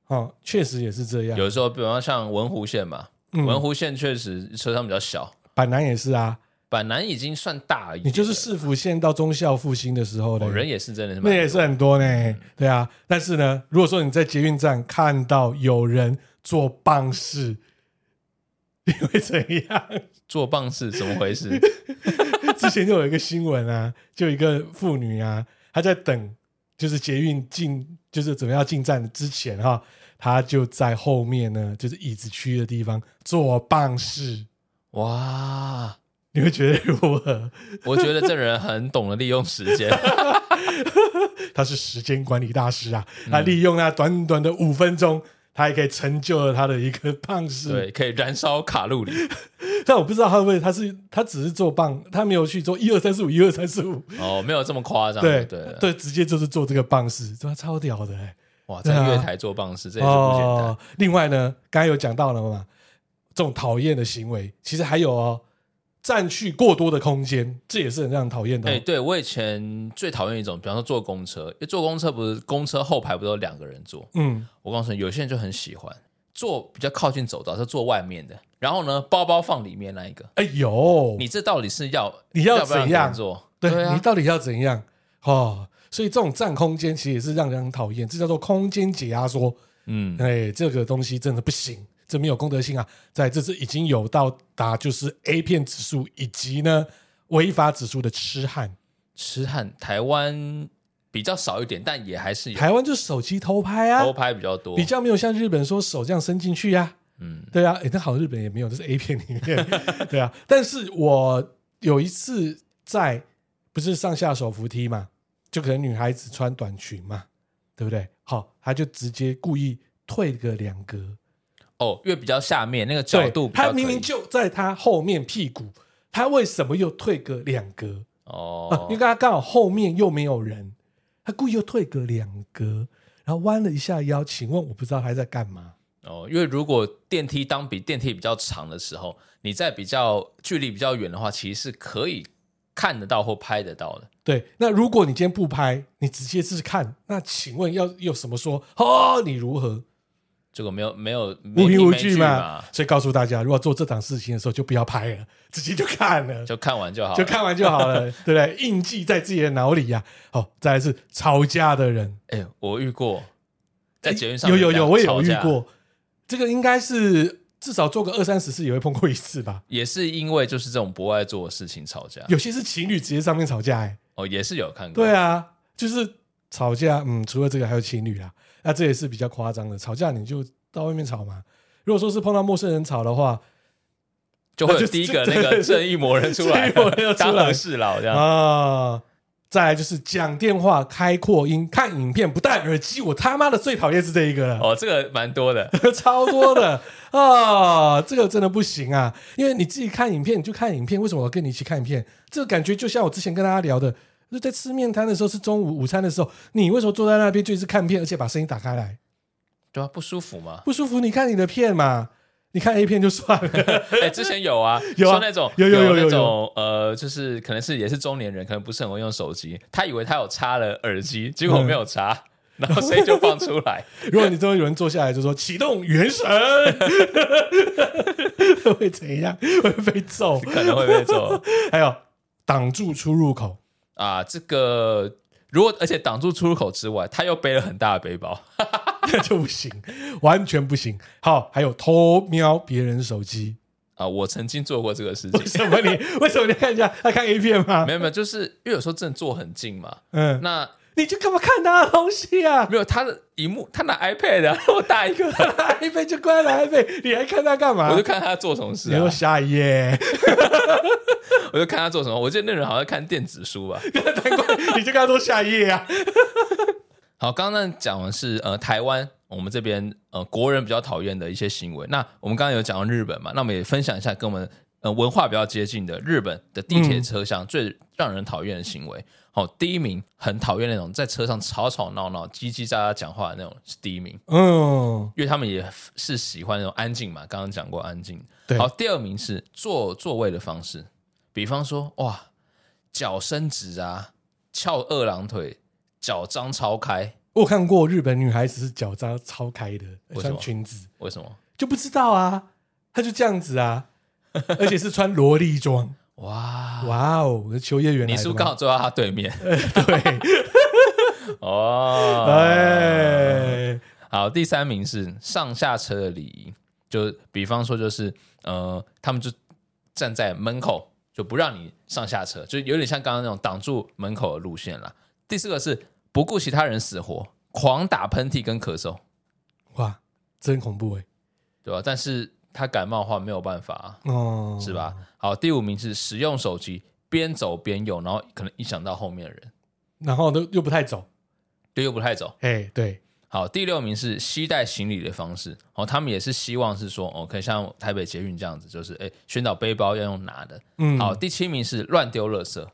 Speaker 1: 哦，确实也是这样。
Speaker 2: 有时候，比方像文湖线嘛，
Speaker 1: 嗯
Speaker 2: 文湖线确实车厢比较小，
Speaker 1: 板南也是啊，
Speaker 2: 板南已经算大一点了，
Speaker 1: 你就是市府县到中校复兴的时候
Speaker 2: 哦
Speaker 1: 的
Speaker 2: 人也是真的是嗯
Speaker 1: 那
Speaker 2: 蛮
Speaker 1: 也是很多呢。对啊，但是呢，如果说你在捷运站看到有人做棒式，你会怎样？
Speaker 2: 做棒是怎么
Speaker 1: (laughs)
Speaker 2: 回事？
Speaker 1: 之前就有一个新闻啊，就有一个妇女啊，她在等就是捷运进，就是准备要进站之前哈、她就在后面呢，就是椅子区的地方做棒式。
Speaker 2: 哇，
Speaker 1: 你会觉得如何？
Speaker 2: 我觉得这人很懂得利用时
Speaker 1: (laughs)
Speaker 2: 间，
Speaker 1: 他是时间管理大师啊！
Speaker 2: 嗯
Speaker 1: 他利用那短短的五分钟，他也可以成就了他的一个棒式。
Speaker 2: 对，可以燃烧卡路里。
Speaker 1: 但我不知道他会不会，他是他只是做棒，他没有去做一二三四五一二三四五，
Speaker 2: 哦，没有这么夸张，
Speaker 1: 对
Speaker 2: 对了
Speaker 1: 对，直接就是做这个棒式，这超屌的、欸。
Speaker 2: 哇，在
Speaker 1: 对啊
Speaker 2: 月台做棒式，这也是不简单。
Speaker 1: 哦。另外呢，刚才有讲到了嘛，这种讨厌的行为，其实还有哦，占据过多的空间，这也是很让人讨厌的哦、
Speaker 2: 哎、对我以前最讨厌一种，比方说坐公车，因为坐公车不是公车后排不都有两个人坐？
Speaker 1: 嗯，
Speaker 2: 我告诉你，有些人就很喜欢坐比较靠近走道，就坐外面的。然后呢，包包放里面那一个，
Speaker 1: 哎呦，
Speaker 2: 你这到底是要
Speaker 1: 你要
Speaker 2: 不要让
Speaker 1: 怎样
Speaker 2: 别人坐？
Speaker 1: 对
Speaker 2: 对
Speaker 1: 你
Speaker 2: 啊，
Speaker 1: 到底要怎样哦？所以这种占空间其实也是让人很讨厌，这叫做空间解压缩。
Speaker 2: 嗯，
Speaker 1: 哎，这个东西真的不行，这没有公德心啊！在这次已经有到达就是 A 片指数以及呢违法指数的痴汉，
Speaker 2: 痴汉台湾比较少一点，但也还是有
Speaker 1: 台湾就是手机偷拍啊，
Speaker 2: 偷拍比较多，
Speaker 1: 比较没有像日本说手这样伸进去呀、
Speaker 2: 嗯
Speaker 1: 对啊，诶，那好像日本也没有，这是 A 片里面，对啊。但是我有一次在不是上下手扶梯嘛，就可能女孩子穿短裙嘛，对不对？好，她就直接故意退个两格，
Speaker 2: 哦，因为比较下面那个角
Speaker 1: 对，
Speaker 2: 度比较
Speaker 1: 她
Speaker 2: 可以，
Speaker 1: 明明就在她后面屁股，她为什么又退个两格？啊， (laughs)
Speaker 2: 哦
Speaker 1: 因为，他刚好后面又没有人，他故意又退个两格，然后弯了一下腰。请问我不知道他在干嘛？
Speaker 2: 哦，因为如果电梯当比电梯比较长的时候，你在比较距离比较远的话，其实是可以看得到或拍得到的。
Speaker 1: 对，那如果你今天不拍，你直接是看，那请问要有什么说？哦，你如何
Speaker 2: 这个没有没有没
Speaker 1: 无凭
Speaker 2: 理
Speaker 1: 无
Speaker 2: 没
Speaker 1: 据嘛
Speaker 2: 嘛？，
Speaker 1: 所以告诉大家，如果做这档事情的时候，就不要拍了， (laughs) 直接就看了，
Speaker 2: 就看完就好了，
Speaker 1: 就看完就好
Speaker 2: (laughs)
Speaker 1: 了，对不对？印记在自己的脑里呀、好、再来是吵架的人，
Speaker 2: 哎、我遇过，在捷运上
Speaker 1: 有
Speaker 2: 面
Speaker 1: 有有，我也有
Speaker 2: 吵
Speaker 1: 遇
Speaker 2: 架，
Speaker 1: 过，这个应该是至少做个二三十次也会碰过一次吧。
Speaker 2: 也是因为就是这种不爱做的事情吵架。
Speaker 1: 有些是情侣直接上面吵架、哎，
Speaker 2: 哦，也是有看过。
Speaker 1: 对
Speaker 2: 啊，
Speaker 1: 啊，就是吵架，嗯，除了这个还有情侣啊，那这也是比较夸张的。吵架你就到外面吵嘛。如果说是碰到陌生人吵的话，
Speaker 2: 就会有
Speaker 1: 就
Speaker 2: 第一
Speaker 1: 就
Speaker 2: 个那个
Speaker 1: 对
Speaker 2: 正义魔人出
Speaker 1: 正
Speaker 2: 来，
Speaker 1: 义魔人又出
Speaker 2: 当
Speaker 1: 来
Speaker 2: 和事佬这样。
Speaker 1: 啊，再来就是讲电话、开扩音、看影片不戴耳机，我他妈的最讨厌是这一个了，
Speaker 2: 哦，这个蛮多的。
Speaker 1: (laughs) 超多的啊，这个真的不行啊，因为你自己看影片你就看影片，为什么我要跟你一起看影片？这个感觉就像我之前跟大家聊的。就在吃面摊的时候，是中午午餐的时候，你为什么坐在那边就一直看片，而且把声音打开来？
Speaker 2: 对啊，不舒服吗？
Speaker 1: 不舒服，你看你的片嘛，你看 A 片就算了。 (laughs)
Speaker 2: (laughs) 哎、之前有啊，
Speaker 1: 有啊
Speaker 2: 说那种
Speaker 1: 有有有有
Speaker 2: 那种呃，就是可能是也是中年人，可能不是很会用手机，他以为他有插了耳机，结果没
Speaker 1: 嗯
Speaker 2: 有插， (laughs) 然后声音就放出
Speaker 1: (laughs)
Speaker 2: 来。
Speaker 1: 如果你终于有人坐下来就说启动原神， (laughs) 会怎样？会被揍。
Speaker 2: 可能会被揍
Speaker 1: 还有挡住出入口，
Speaker 2: 啊。这个如果而且挡住出入口之外，他又背了很大的背包，
Speaker 1: 那就不行，完全不行。好，还有偷瞄别人手机，
Speaker 2: 啊，我曾经做过这个事
Speaker 1: 为
Speaker 2: 情，
Speaker 1: 什么你为什么你看一下他看 A 片吗
Speaker 2: (laughs) 没？有没有，就是因为有时候真的坐很近嘛，
Speaker 1: 嗯，
Speaker 2: 那
Speaker 1: 你就干嘛看他的东西啊？
Speaker 2: 没有他的荧幕，他拿 iPad (laughs) 然后大一个，
Speaker 1: 一杯就关了，一杯你还看他干嘛？
Speaker 2: 我就看他做什么事
Speaker 1: 啊你
Speaker 2: 啊
Speaker 1: 说，下一页，
Speaker 2: 我就看他做什么，我记得那人好像在看电子书吧，
Speaker 1: 你就跟他说下一页啊。
Speaker 2: 好，刚刚那讲的是呃台湾，我们这边呃国人比较讨厌的一些行为。那我们刚刚有讲到日本嘛，那我们也分享一下跟我们呃文化比较接近的日本的地铁车厢最让人讨厌的行为。好、第一名很讨厌那种在车上吵吵闹闹、叽叽喳喳讲话的那种是第一名，
Speaker 1: 嗯，
Speaker 2: 因为他们也是喜欢那种安静嘛。刚刚讲过安静。
Speaker 1: 对
Speaker 2: 好，第二名是坐座位的方式，比方说哇，脚伸直啊，翘二郎腿，脚张超开。
Speaker 1: 我看过日本女孩子是脚扎超开的，
Speaker 2: 为什么
Speaker 1: 穿裙子
Speaker 2: 为什么？
Speaker 1: 就不知道啊，她就这样子
Speaker 2: (laughs)
Speaker 1: 啊，而且是穿萝莉装，
Speaker 2: 哇，
Speaker 1: 哇哦，秋叶原来
Speaker 2: 啊你
Speaker 1: 的
Speaker 2: 是不是
Speaker 1: 吗
Speaker 2: 刚好坐到他对面？
Speaker 1: (laughs) 对，
Speaker 2: (laughs) 哦，
Speaker 1: 哎，
Speaker 2: 好，第三名是上下车的礼仪，就比方说就是呃，他们就站在门口就不让你上下车，就有点像刚刚那种挡住门口的路线啦。第四个是不顾其他人死活，狂打喷嚏跟咳嗽，
Speaker 1: 哇，真恐怖哎，
Speaker 2: 对吧？但是他感冒的话没有办法、啊，
Speaker 1: 哦，
Speaker 2: 是？吧？好，第五名是使用手机边走边用，然后可能影响到后面的人，
Speaker 1: 然后都又不太走，
Speaker 2: 对，又不太走。
Speaker 1: 哎，对，
Speaker 2: 好，第六名是携带行李的方式。哦，他们也是希望是说，哦，可以像台北捷运这样子，就是哎，宣导背包要用拿的。
Speaker 1: 嗯，
Speaker 2: 好，，第七名是乱丢垃圾，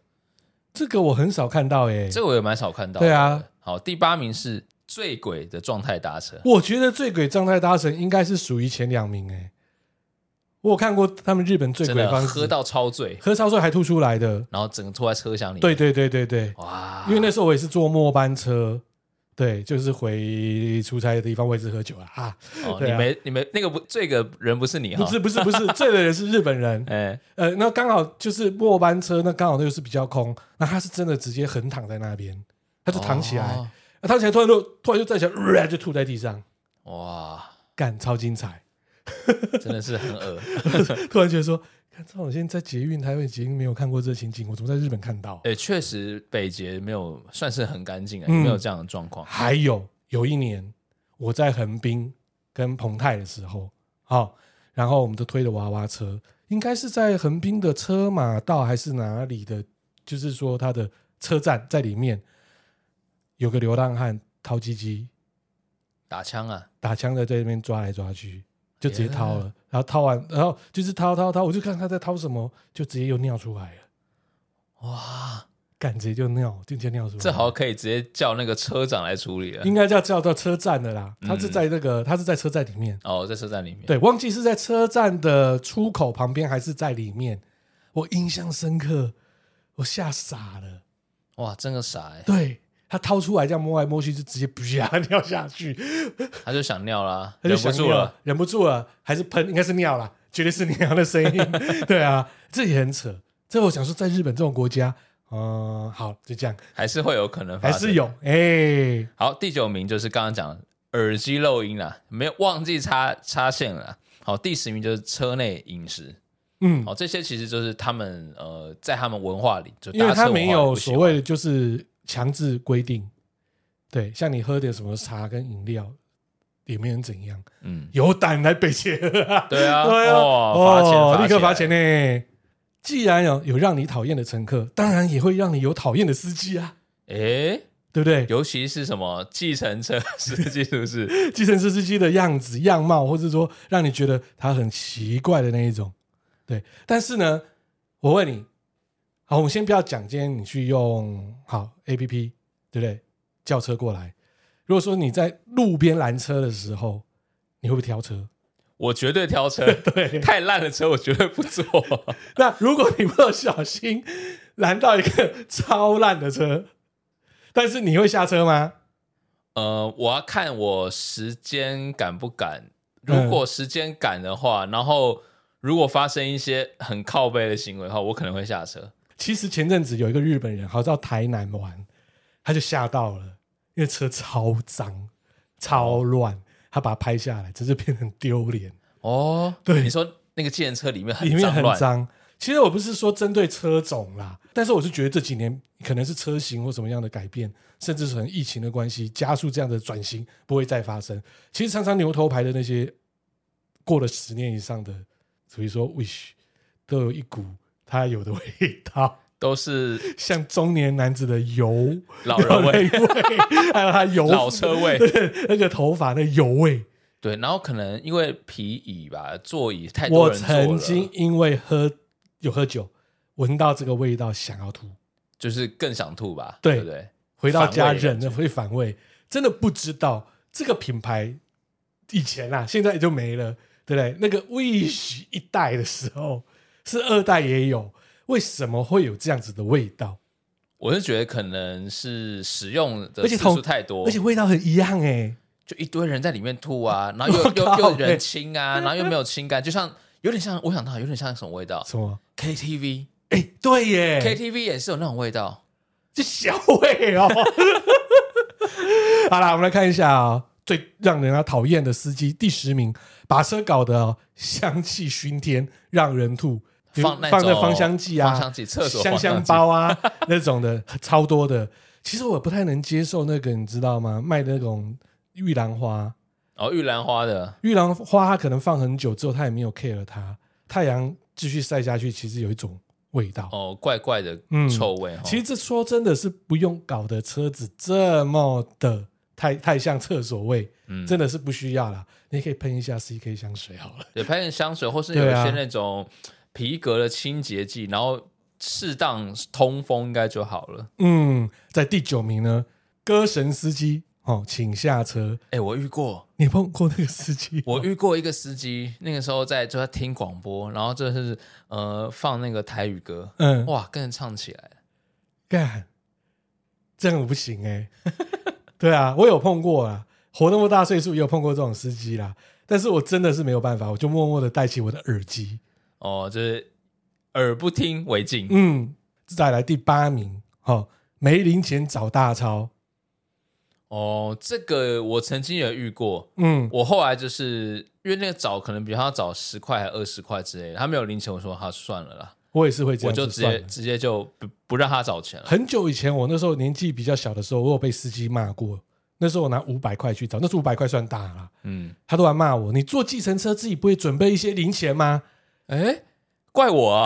Speaker 1: 这个我很少看到哎，
Speaker 2: 这个我也蛮少看到。
Speaker 1: 对啊。
Speaker 2: 好，第八名是醉鬼的状态搭车。
Speaker 1: 我觉得醉鬼状态搭乘应该是属于前两名哎，我有看过他们日本醉
Speaker 2: 真
Speaker 1: 鬼
Speaker 2: 的
Speaker 1: 方式，
Speaker 2: 喝到超醉，
Speaker 1: 喝烧醉还吐出来的，
Speaker 2: 然后整个坐在车厢里。
Speaker 1: 对，对对对对，
Speaker 2: 哇，
Speaker 1: 因为那时候我也是坐末班车。对，就是回出差的地方，我也是喝酒啊！啊，
Speaker 2: 哦，
Speaker 1: 对
Speaker 2: 你
Speaker 1: 啊
Speaker 2: 没你没那个不醉的人不是你哈
Speaker 1: 不，是不是不是，醉的人是日本
Speaker 2: (laughs)
Speaker 1: 人，
Speaker 2: 哎，
Speaker 1: 呃，那刚好就是末班车，那刚好那个是比较空，那他是真的直接横躺在那边，他就躺起来，
Speaker 2: 哦
Speaker 1: 那躺起来突然就突然就站起来、呃就吐在地上，
Speaker 2: 哦哇，
Speaker 1: 干超精彩！ (laughs)
Speaker 2: 真的是很恶。 (laughs)
Speaker 1: 突然觉得说，看这种现在在捷运台湾捷运没有看过这情景，我怎么在日本看到？
Speaker 2: 哎，确实北捷没有算是很干净啊，
Speaker 1: 嗯
Speaker 2: 没有这样的状况。
Speaker 1: 还有有一年我在横滨跟彭泰的时候，好、然后我们都推着娃娃车，应该是在横滨的车马道还是哪里的，就是说它的车站在里面有个流浪汉掏鸡鸡
Speaker 2: 打枪啊，
Speaker 1: 打枪的在那边抓来抓去，就直接掏了，然后掏完，然后就是掏掏掏，我就看他在掏什么，就直接又尿出来了，
Speaker 2: 哇！
Speaker 1: 干直接就尿，就直接尿出来了，
Speaker 2: 这好像可以直接叫那个车长来处理了。
Speaker 1: 应该叫叫到车站的啦，他是
Speaker 2: 嗯
Speaker 1: 在那个、他是在车站里面。
Speaker 2: 哦，在车站里面。
Speaker 1: 对，忘记是在车站的出口旁边还是在里面，我印象深刻，我吓傻了。
Speaker 2: 哇，真个傻哎、
Speaker 1: 对他掏出来这样摸来摸去，就直接啪 (laughs) 尿下去，
Speaker 2: 他就想尿啦，
Speaker 1: 他就
Speaker 2: 忍不
Speaker 1: 想
Speaker 2: 住
Speaker 1: 尿
Speaker 2: 了。，
Speaker 1: 忍不住了，还是喷，应该是尿了，绝对是尿的声
Speaker 2: (laughs)
Speaker 1: 音。对啊，这也很扯。这我想说，在日本这种国家，嗯、好，就这样，
Speaker 2: 还是会有可能发
Speaker 1: 还
Speaker 2: 生。
Speaker 1: 是有，哎、
Speaker 2: 好，第九名就是刚刚讲的耳机漏音啦，没有忘记插插线了啦。好，第十名就是车内饮食。
Speaker 1: 嗯，
Speaker 2: 好，这些其实就是他们呃，在他们文化里，就
Speaker 1: 因为
Speaker 2: 搭车
Speaker 1: 他
Speaker 2: 文化里
Speaker 1: 没有
Speaker 2: 不喜
Speaker 1: 所
Speaker 2: 欢
Speaker 1: 谓的就是强制规定，对，像你喝点什么茶跟饮料，也没人怎样，
Speaker 2: 嗯，
Speaker 1: 有胆来北捷喝啊！
Speaker 2: 对啊，
Speaker 1: 对啊，
Speaker 2: 哇，罚钱，
Speaker 1: 哦立刻
Speaker 2: 罚
Speaker 1: 罚钱呢！既然有有让你讨厌的乘客，当然也会让你有讨厌的司机啊，
Speaker 2: 哎、
Speaker 1: 对不对？
Speaker 2: 尤其是什么计程车司机，是不是？
Speaker 1: 计程车司机的样子、样貌，或者说让你觉得他很奇怪的那一种。对，但是呢，我问你，好，我们先不要讲，今天你去用好 A P P，对不对？叫车过来。如果说你在路边拦车的时候，你会不会挑车？ (laughs)
Speaker 2: 我绝对挑车，
Speaker 1: 对
Speaker 2: 太烂的车我绝对不坐。
Speaker 1: 那如果你不小心拦到一个超烂的车，但是你会下车吗？
Speaker 2: 呃，我要看我时间赶不赶。如
Speaker 1: 嗯
Speaker 2: 果时间赶的话，然后如果发生一些很靠背的行为的话，我可能会下车。
Speaker 1: 其实前阵子有一个日本人，好像到台南玩，他就吓到了，因为车超脏、超乱，他把它拍下来，真是变得很丢脸。
Speaker 2: 哦，
Speaker 1: 对
Speaker 2: 你说那个计程车里面很
Speaker 1: 里面
Speaker 2: 脏
Speaker 1: 很
Speaker 2: 乱，
Speaker 1: 脏。其实我不是说针对车种啦，但是我是觉得这几年可能是车型或什么样的改变，甚至是可能疫情的关系，加速这样的转型不会再发生。其实常常牛头牌的那些过了十年以上的，比如说 Wish，都有一股它有的味道。 (laughs)
Speaker 2: 都是
Speaker 1: 像中年男子的油
Speaker 2: 老
Speaker 1: (laughs)
Speaker 2: 人
Speaker 1: 味，
Speaker 2: 味、
Speaker 1: 还有他油
Speaker 2: 老车味。
Speaker 1: 对 (laughs) 那个头发那油味。
Speaker 2: 对，然后可能因为皮椅吧，座椅太多
Speaker 1: 我
Speaker 2: 人坐了，
Speaker 1: 曾经因为喝有喝酒，闻到这个味道想要吐，
Speaker 2: 就是更想吐吧，
Speaker 1: 对
Speaker 2: 对不对？
Speaker 1: 回到家
Speaker 2: 反胃的
Speaker 1: 忍了会反胃，真的不知道这个品牌以前啊，现在也就没了，对不对？那个魏许一代的时候，是二代也有，为什么会有这样子的味道？
Speaker 2: 我是觉得可能是使用的
Speaker 1: 而且
Speaker 2: 次
Speaker 1: 同
Speaker 2: 数太多，
Speaker 1: 而且味道很一样哎、
Speaker 2: 就一堆人在里面
Speaker 1: (laughs)
Speaker 2: 吐啊，然后又
Speaker 1: 我
Speaker 2: 又
Speaker 1: 靠
Speaker 2: 又有人
Speaker 1: 欸
Speaker 2: 清啊，然后又没有清干，就像有点像，我想到有点像什么味道
Speaker 1: 什么？
Speaker 2: ？KTV，KTV
Speaker 1: 哎、对耶
Speaker 2: 也是有那种味道，
Speaker 1: 这小伟哦。好啦，我们来看一下啊、最让人家讨厌的司机第十名，把车搞得、哦、香气熏天，让人吐。
Speaker 2: 放那
Speaker 1: 放着
Speaker 2: 种
Speaker 1: 芳香剂啊，
Speaker 2: 芳香剂厕所
Speaker 1: 香
Speaker 2: 芳香
Speaker 1: 香
Speaker 2: 剂
Speaker 1: 包啊 (laughs) 那种的，超多的。其实我不太能接受那个，你知道吗？卖那种玉兰花，
Speaker 2: 然哦后玉兰花的，
Speaker 1: 玉兰花它可能放很久之后，它也没有 care 它，太阳继续晒下去，其实有一种味道。
Speaker 2: 哦，怪怪的
Speaker 1: 嗯
Speaker 2: 臭味、哦
Speaker 1: 其实这说真的是不用搞的车子这么的太太像厕所味，
Speaker 2: 嗯
Speaker 1: 真的是不需要啦。你可以喷一下 CK 香水好了。
Speaker 2: 对，喷点香水，或是有
Speaker 1: 对
Speaker 2: 一
Speaker 1: 啊
Speaker 2: 些那种皮革的清洁剂，然后适当通风应该就好了。
Speaker 1: 嗯，在第九名呢，歌神司机哦，请下车。
Speaker 2: 哎、我遇过，
Speaker 1: 你碰过那个司机？哦
Speaker 2: 我遇过一个司机，那个时候在就在听广播，然后就是呃放那个台语歌，
Speaker 1: 嗯，
Speaker 2: 哇，跟着唱起来了。
Speaker 1: 干，这样不行
Speaker 2: (laughs)
Speaker 1: 哎、对啊，我有碰过啊，活那么大岁数也有碰过这种司机啦。但是我真的是没有办法，我就默默的戴起我的耳机。
Speaker 2: 哦，就是耳不听为净。
Speaker 1: 嗯，再来第八名，哦，没零钱找大钞。
Speaker 2: 哦，这个我曾经也遇过。
Speaker 1: 嗯，
Speaker 2: 我后来就是因为那个找可能比如他找十块还二十块之类的，他没有零钱，我说他算了啦，
Speaker 1: 我也是会这
Speaker 2: 我
Speaker 1: 样子
Speaker 2: 就直
Speaker 1: 算
Speaker 2: 接
Speaker 1: 了。
Speaker 2: 直接就不不让他找钱了。
Speaker 1: 很久以前，我那时候年纪比较小的时候，我有被司机骂过。那时候我拿五百块去找，那是五百块算大啦。
Speaker 2: 嗯，
Speaker 1: 他都还骂我：“你坐计程车自己不会准备一些零钱吗
Speaker 2: 哎，怪我啊，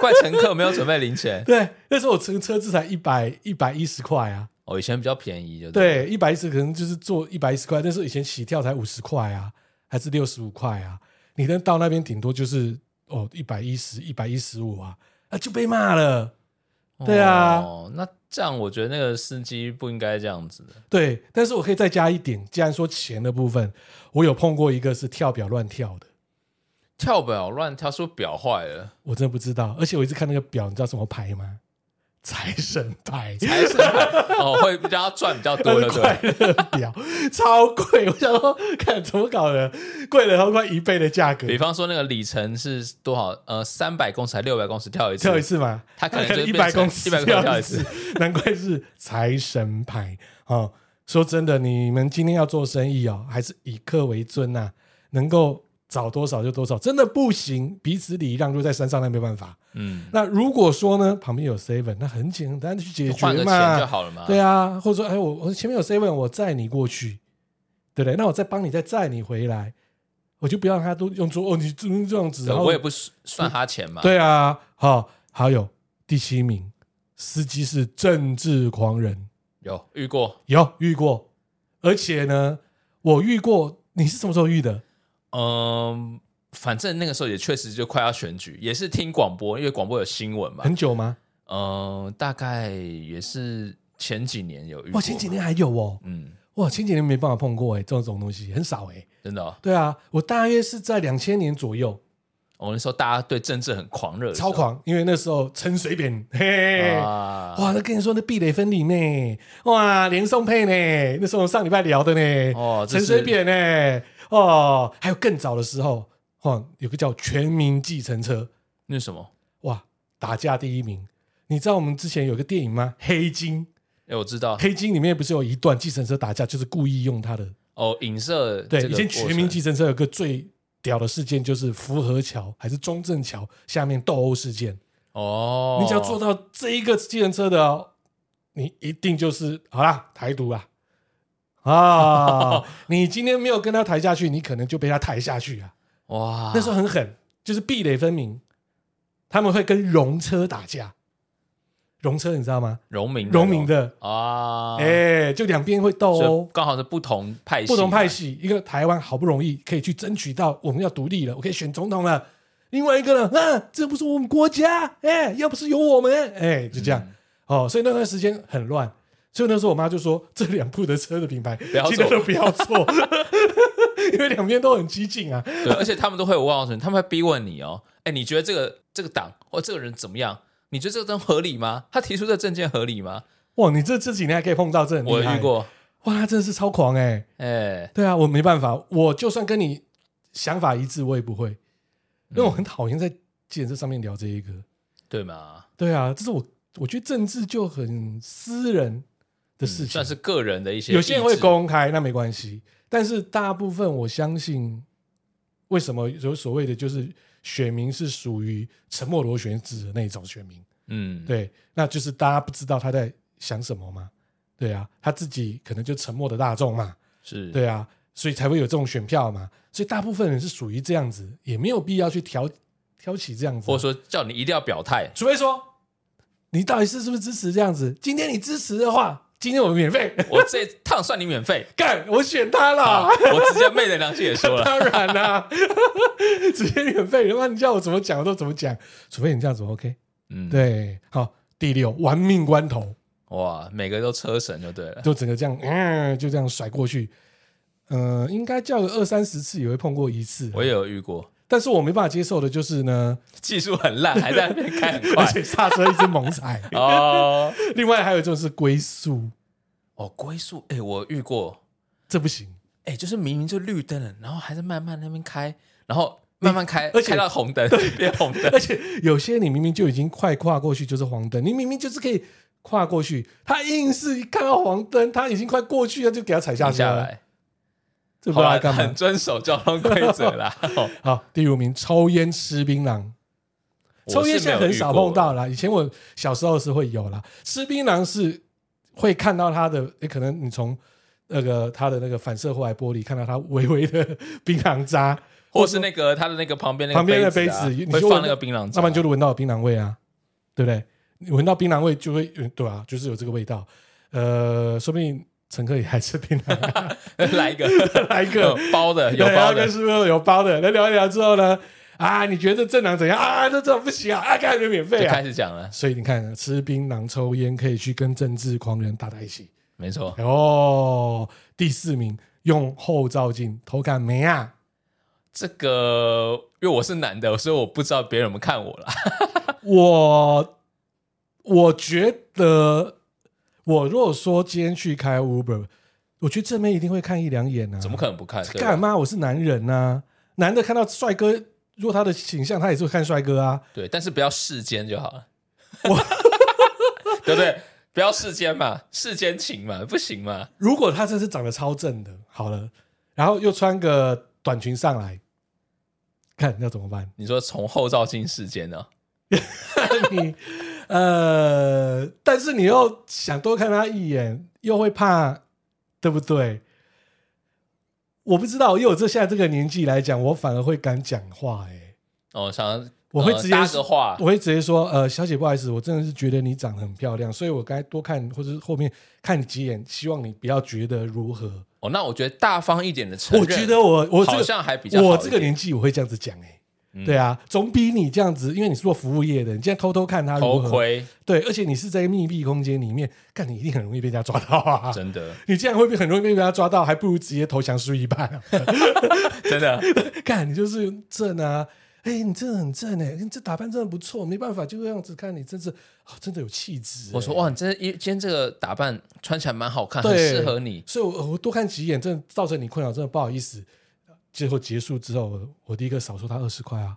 Speaker 2: 怪乘客没有准备零？”钱。 (laughs)
Speaker 1: 对，那时候我乘车子才一百一百一十块啊。
Speaker 2: 哦，以前比较便宜，就对。
Speaker 1: 对，一百一十可能就是坐一百一十块，但是以前起跳才五十块啊，还是六十五块啊，你能到那边顶多就是哦一百一十、一百一十五啊，啊就被骂了。对啊
Speaker 2: 哦，那这样我觉得那个司机不应该这样子的。
Speaker 1: 对，但是我可以再加一点，既然说钱的部分，我有碰过一个是跳表乱跳的，
Speaker 2: 跳表乱跳，说表坏
Speaker 1: (laughs)
Speaker 2: 了，
Speaker 1: 我真的不知道，而且我一直看那个表，你知道什么牌吗？ (laughs) 财神牌，
Speaker 2: 还是哦会比较赚比较多的，
Speaker 1: 快
Speaker 2: 对。
Speaker 1: 乐表超贵，我想说，看怎么搞的，贵了超快一倍的价格
Speaker 2: 比，方说那个里程是多少？呃，三百公尺还六百公尺跳一次？
Speaker 1: 跳一次嘛，
Speaker 2: 他
Speaker 1: (laughs)
Speaker 2: 可能就
Speaker 1: 一
Speaker 2: 是
Speaker 1: 百
Speaker 2: 变成
Speaker 1: 公尺
Speaker 2: 100公尺
Speaker 1: 跳
Speaker 2: 跳
Speaker 1: 一
Speaker 2: 一
Speaker 1: 次
Speaker 2: 次，
Speaker 1: 难怪是财神牌哦。说真的，你们今天要做生意哦，还是以客为尊呐、能够找多少就多少，真的不行，彼此礼让就在山上，那没办法。
Speaker 2: 嗯，
Speaker 1: 那如果说呢，旁边有 seven，那很简单的去解
Speaker 2: 就
Speaker 1: 决
Speaker 2: 换个钱就
Speaker 1: 嘛，
Speaker 2: 好了嘛。
Speaker 1: 对
Speaker 2: 啊，
Speaker 1: 啊，或者说，哎，我我前面有 seven，我载你过去，对不对？那我再帮你再载你回来，我就不要让他都用说哦，你怎么这样子，然后
Speaker 2: 我也不算他钱嘛。，
Speaker 1: 对啊，好、还有第七名，司机是政治狂人，
Speaker 2: 有遇过。
Speaker 1: 有遇过，而且呢，我遇过，你是什么时候遇的？
Speaker 2: 嗯，反正那个时候也确实就快要选举，也是听广播，因为广播有新闻嘛。
Speaker 1: 很久吗？
Speaker 2: 嗯，大概也是前几年有遇过。
Speaker 1: 哇，前几，年还有哦，
Speaker 2: 嗯，
Speaker 1: 哇，前几年没办法碰过哎、这种东西很少哎、
Speaker 2: 真的哦，
Speaker 1: 对啊，我大约是在两千年左右，
Speaker 2: 我、那时候大家对政治很狂热的时候，
Speaker 1: 超狂，因为那时候陈水扁，嘿嘿。
Speaker 2: 啊！
Speaker 1: 哇，那跟你说那壁垒分离呢，哇，连宋配呢，那时候我们上礼拜聊的呢，
Speaker 2: 哦这
Speaker 1: 陈
Speaker 2: 是
Speaker 1: 水扁呢，哦，还有更早的时候，哇，有个叫全民计程车，
Speaker 2: 那是什么？
Speaker 1: 哇，打架第一名。你知道我们之前有个电影吗？黑金，
Speaker 2: 哎、我知道
Speaker 1: 黑金里面不是有一段计程车打架，就是故意用它的。
Speaker 2: 哦，影射
Speaker 1: 对，
Speaker 2: 这
Speaker 1: 以
Speaker 2: 个
Speaker 1: 前
Speaker 2: 过程
Speaker 1: 全民计程车有个最屌的事件，就是福和桥还是中正桥下面斗殴事件。
Speaker 2: 哦，
Speaker 1: 你只要做到这一个计程车的、哦，你一定就是好啦，台独
Speaker 2: (laughs)
Speaker 1: 啦。啊！你今天没有跟他抬下去，你可能就被他抬下去啊！
Speaker 2: 哇，
Speaker 1: 那时候很狠，就是壁垒分明，他们会跟荣车打架，容车，你知道吗？
Speaker 2: 荣民
Speaker 1: 荣民的，
Speaker 2: 啊，
Speaker 1: 哎，就两边会斗
Speaker 2: 所以
Speaker 1: 哦，
Speaker 2: 刚好是不同派系，
Speaker 1: 不同派，系，一个台湾好不容易可以去争取到我们要独立了，我可以选总统了。另外一个呢，啊，这不是我们国家，哎、要不是有我们，哎、就这样、
Speaker 2: 嗯
Speaker 1: 哦。所以那段时间很乱，所以那时候我妈就说，这两部的车的品牌，
Speaker 2: 要
Speaker 1: 记得
Speaker 2: 做
Speaker 1: 都不要做， (laughs) 因为两边都很激进啊。
Speaker 2: 对，而且他们都会有望望存，他们会逼问你哦，哎，你觉得这个这个党或这个人怎么样？你觉得这个人合理吗？他提出的证件合理吗？
Speaker 1: 哇，你这这几年还可以碰到这很
Speaker 2: 我
Speaker 1: 厉害，
Speaker 2: 遇过，
Speaker 1: 哇，他真的是超狂哎、
Speaker 2: 哎，
Speaker 1: 对啊，我没办法，我就算跟你想法一致，我也不会，因为我很讨厌在记者上面聊这一个。
Speaker 2: 对嘛，
Speaker 1: 对啊，这是我我觉得政治就很私人的事情，
Speaker 2: 嗯算是个人的一些意志，
Speaker 1: 有些人会公开，那没关系。但是大部分我相信，为什么有所谓的就是选民是属于沉默螺旋子的那种选民，
Speaker 2: 嗯，
Speaker 1: 对，那就是大家不知道他在想什么嘛，对啊，他自己可能就沉默的大众嘛，
Speaker 2: 是，
Speaker 1: 对啊，所以才会有这种选票嘛，所以大部分人是属于这样子，也没有必要去挑挑起这样子啊，
Speaker 2: 或者说叫你一定要表
Speaker 1: (laughs)
Speaker 2: 态，
Speaker 1: 除非说你到底是是不是支持这样子？今天你支持的话，今天我们免费 (laughs)
Speaker 2: 我这趟算你免费
Speaker 1: 干，我选他
Speaker 2: 啊！
Speaker 1: 啦。
Speaker 2: 我直接昧着良心也说
Speaker 1: (laughs)
Speaker 2: 了，
Speaker 1: 当然啦、 (laughs) 直接免费，他妈你叫我怎么讲我都怎么讲，除非你这样子 OK。
Speaker 2: 嗯，，
Speaker 1: 对，好，第六，玩命关头，
Speaker 2: 哇，每个都车神就对了，
Speaker 1: 就整个这样，嗯，就这样甩过去。呃，应该叫个二三十次也会碰过一次，
Speaker 2: 我也有遇过，
Speaker 1: 但是我没办法接受的就是呢，
Speaker 2: 技术很烂，还在那边开
Speaker 1: (laughs)
Speaker 2: 很
Speaker 1: 而
Speaker 2: 快
Speaker 1: 且刹车一直猛踩。
Speaker 2: 哦
Speaker 1: (laughs) 另外还有就是龟速，
Speaker 2: 哦，龟速，哎，我遇过，
Speaker 1: 这不行，
Speaker 2: 哎，就是明明就绿灯了，然后还是慢慢那边开，然后慢慢开，
Speaker 1: 而且
Speaker 2: 开到红灯变红灯，
Speaker 1: 而且有些你明明就已经快跨过去就是黄灯，你明明就是可以跨过去，他硬是一看到黄灯，他已经快过去了，就给他踩下
Speaker 2: 停
Speaker 1: 去了
Speaker 2: 下，来，
Speaker 1: 这啊不
Speaker 2: 好
Speaker 1: 知道他
Speaker 2: 了，
Speaker 1: 干
Speaker 2: 很
Speaker 1: 嘛。
Speaker 2: 遵守交通规则
Speaker 1: (laughs)
Speaker 2: 啦。哦
Speaker 1: 好，第五名抽烟吃槟榔，抽烟现在很少碰，到啦，以前我小时候是会有啦，吃槟榔是会看到他的，也可能你从那个他的那个反射后来玻璃看到他微微的 (laughs) 槟榔渣，
Speaker 2: 我是没有遇过或是那个他的那个旁边那个
Speaker 1: 旁边的
Speaker 2: 杯
Speaker 1: 杯
Speaker 2: 子啊
Speaker 1: 子，你
Speaker 2: 会
Speaker 1: 就
Speaker 2: 放
Speaker 1: 闻
Speaker 2: 那个槟榔汁啊，
Speaker 1: 要不然就是闻到槟榔味啊，对不对？你闻到槟榔味就会，嗯对啊，就是有这个味道。呃，说不定乘客也还吃槟榔，
Speaker 2: (laughs) 来一个，
Speaker 1: (laughs) 来一个
Speaker 2: 嗯包 (laughs) 的，有包的
Speaker 1: 跟，师傅有包的。那聊一聊之后呢，啊，你觉得政党怎样啊？这这不行啊，啊，感觉免费
Speaker 2: 就
Speaker 1: 啊
Speaker 2: 开。始讲了，
Speaker 1: 所以你看，吃槟榔、抽烟可以去跟政治狂人打在一起。
Speaker 2: 没错。
Speaker 1: 哦，第四名用后照镜偷看没啊？
Speaker 2: 这个因为我是男的，所以我不知道别人有没有看我啦。
Speaker 1: 我我觉得，我如果说今天去开 Uber，我觉得正面一定会看一两眼啊。
Speaker 2: 怎么可能不看？对吧
Speaker 1: 干嘛？我是男人呐、男的看到帅哥，如果他的形象，他也是会看帅哥啊。
Speaker 2: 对，但是不要世间就好了， (laughs) 对不对？不要世间嘛，世间情嘛，不行嘛。？
Speaker 1: 如果他真是长得超正的，好了，然后又穿个短裙上来，看要怎么办
Speaker 2: 你说从后照镜世间呢、
Speaker 1: (laughs) 你呃，但是你又想多看他一眼，又会怕，对不对？我不知道，因为我这现在这个年纪来讲，我反而会敢讲话、欸，
Speaker 2: 哦，想要
Speaker 1: 我会
Speaker 2: 呃
Speaker 1: 直接
Speaker 2: 搭个话
Speaker 1: 我，会直接说，呃，小姐，不好意思，我真的是觉得你长得很漂亮，所以我该多看或者是后面看你几眼，希望你不要觉得如何。
Speaker 2: 哦，那我觉得大方一点的承认，
Speaker 1: 我觉得我我这个
Speaker 2: 好像还比较好一
Speaker 1: 我
Speaker 2: 点嗯
Speaker 1: 这个年纪我会这样子讲哎、对啊，总比你这样子，因为你是做服务业的，你现在偷偷看他如
Speaker 2: 头
Speaker 1: 何，
Speaker 2: 盔
Speaker 1: 对，而且你是在密闭空间里面，看你一定很容易被人家抓到啊！
Speaker 2: 真的
Speaker 1: (laughs) 你这样会被很容易被人家抓到，还不如直接投降输一半、啊。 (laughs)
Speaker 2: 真的，
Speaker 1: 看你就是正啊，哎、你真的很正哎、你这打扮真的不错，没办法，就这样子看你，真是、哦、真的有气质、欸
Speaker 2: 我说哦
Speaker 1: 哇，
Speaker 2: 哇，你这一今天这个打扮穿起来蛮好看，很
Speaker 1: 对
Speaker 2: 适合你。
Speaker 1: 所以我我多看几眼，真的造成你困扰，真的不好意思。最后结束之后，我我第一个少收他二十块啊。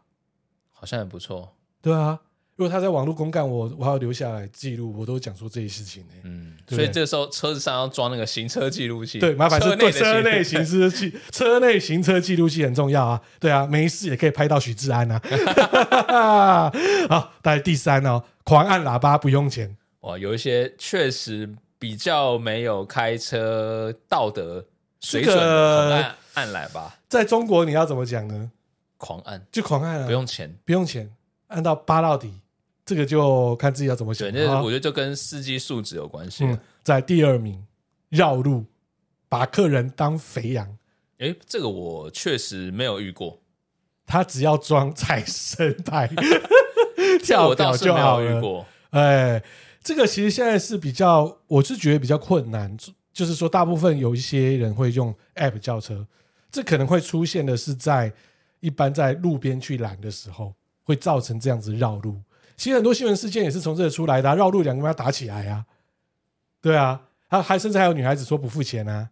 Speaker 2: 好像也不错。
Speaker 1: 对啊，如果他在网络公干我，我还要留下来记录，我都讲出这些事情呢、欸
Speaker 2: 嗯，
Speaker 1: 对
Speaker 2: 所以这时候车子上要装那个行车记录器，
Speaker 1: 对，麻烦是
Speaker 2: 车内
Speaker 1: 对
Speaker 2: 的
Speaker 1: 车内
Speaker 2: 行
Speaker 1: 行车
Speaker 2: (laughs)
Speaker 1: 记车内行车记录器很重要啊。对啊，没事也可以拍到许志安
Speaker 2: (laughs)
Speaker 1: 啊。好，大概第三哦，狂按喇叭不用钱。
Speaker 2: 哇，有一些确实比较没有开车道德水准的，
Speaker 1: 这个
Speaker 2: 狂按按来吧，
Speaker 1: 在中国你要怎么讲呢？
Speaker 2: 狂按
Speaker 1: 就狂按啊，
Speaker 2: 不用钱，
Speaker 1: 不用钱，按到扒到底，这个就看自己要怎么想
Speaker 2: 对，那
Speaker 1: 啊
Speaker 2: 我觉得就跟司机素质有关系了。啊
Speaker 1: 嗯，在第二名绕路，把客人当肥羊，
Speaker 2: 诶，这个我确实没有遇过，
Speaker 1: 他只要装财神牌
Speaker 2: (laughs) 这个
Speaker 1: 跳
Speaker 2: 我倒
Speaker 1: 表
Speaker 2: 是
Speaker 1: 就
Speaker 2: 没
Speaker 1: 好
Speaker 2: 有遇
Speaker 1: 了。
Speaker 2: 过。
Speaker 1: 哎，这个其实现在是比较，我是觉得比较困难，就是说大部分有一些人会用 App 叫车，这可能会出现的是在一般在路边去拦的时候，会造成这样子绕路。其实很多新闻事件也是从这里出来的啊、绕路两个人要打起来啊，对啊，还还甚至还有女孩子说不付钱啊。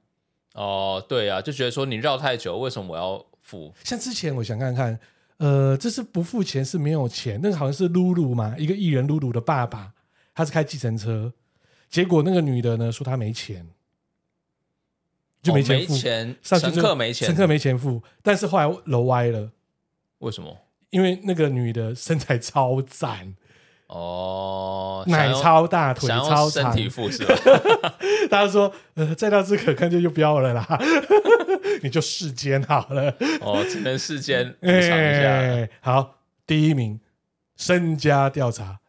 Speaker 2: 哦，对啊，就觉得说你绕太久，为什么我要付？
Speaker 1: 像之前我想看看，呃，这是不付钱是没有钱，那个好像是露露嘛，一个艺人露露的爸爸，他是开计程车，结果那个女的呢说她没钱，就
Speaker 2: 哦
Speaker 1: 没
Speaker 2: 没
Speaker 1: 钱付，
Speaker 2: 钱
Speaker 1: 上去
Speaker 2: 乘
Speaker 1: 就
Speaker 2: 客没钱，
Speaker 1: 乘客没钱付，但是后来楼歪了，
Speaker 2: 为什么？
Speaker 1: 因为那个女的身材超赞，
Speaker 2: 哦，想
Speaker 1: 奶
Speaker 2: 要
Speaker 1: 超大，腿
Speaker 2: 想
Speaker 1: 超
Speaker 2: 要身
Speaker 1: 长，
Speaker 2: 体啊富是吧？
Speaker 1: (laughs) 大家说，呃，再到这可看见就不要了啦， (laughs) 你就世间好了。
Speaker 2: 哦，只能世间补偿一下。
Speaker 1: (laughs) 哎，好，第一名，身家调查，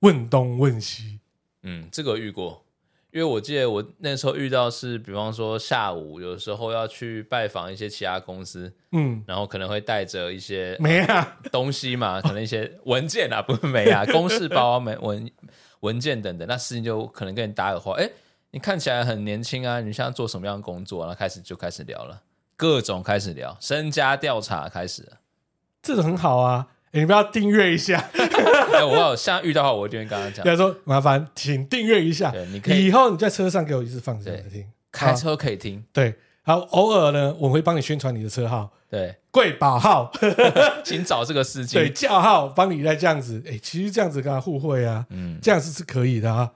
Speaker 1: 问东问西，
Speaker 2: 嗯，这个遇过，因为我记得我那时候遇到是，比方说下午有时候要去拜访一些其他公司，
Speaker 1: 嗯，
Speaker 2: 然后可能会带着一些
Speaker 1: 没啊， (laughs)
Speaker 2: 东西嘛，可能一些文件啊，不是没啊，公事包啊，文文文件等等，那司机就可能跟你搭个话，哎，你看起来很年轻啊，你现在做什么样的工作啊？然后开始就开始聊了，各种开始聊，身家调查开始了。
Speaker 1: 这个很好啊，哎你不要订阅一下， (laughs)
Speaker 2: 哎，我有现在遇到的话，我一定会跟他讲
Speaker 1: 比，方说麻烦请订阅一下
Speaker 2: 对，你可以
Speaker 1: 以后你在车上给我一直放着来听，
Speaker 2: 开车可以听，
Speaker 1: 对，好，偶尔呢，我会帮你宣传你的车号。
Speaker 2: 对，
Speaker 1: 贵宝号， (laughs)
Speaker 2: 请找这个司
Speaker 1: 对，
Speaker 2: 机。
Speaker 1: 叫号，帮你来这样子，哎、其实这样子跟他互惠啊，
Speaker 2: 嗯，
Speaker 1: 这样子是可以的啊，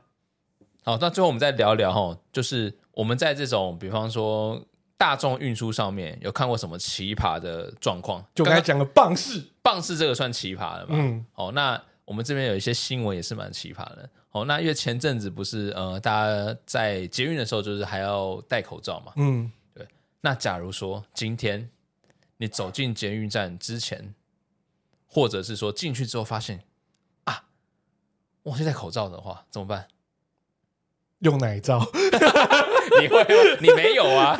Speaker 2: 好，那最后我们再聊聊哈，就是我们在这种比方说大众运输上面有看过什么奇葩的状况？
Speaker 1: 就刚才讲的棒式，
Speaker 2: 棒式这个算奇葩的嘛？
Speaker 1: 嗯，
Speaker 2: 哦，那我们这边有一些新闻也是蛮奇葩的。哦，那因为前阵子不是呃，大家在捷运的时候就是还要戴口罩嘛。
Speaker 1: 嗯，
Speaker 2: 那假如说今天你走进捷运站之前，或者是说进去之后发现啊，我是戴口罩的话，怎么办？ (laughs)
Speaker 1: 用哪一招？
Speaker 2: 你会你没有啊？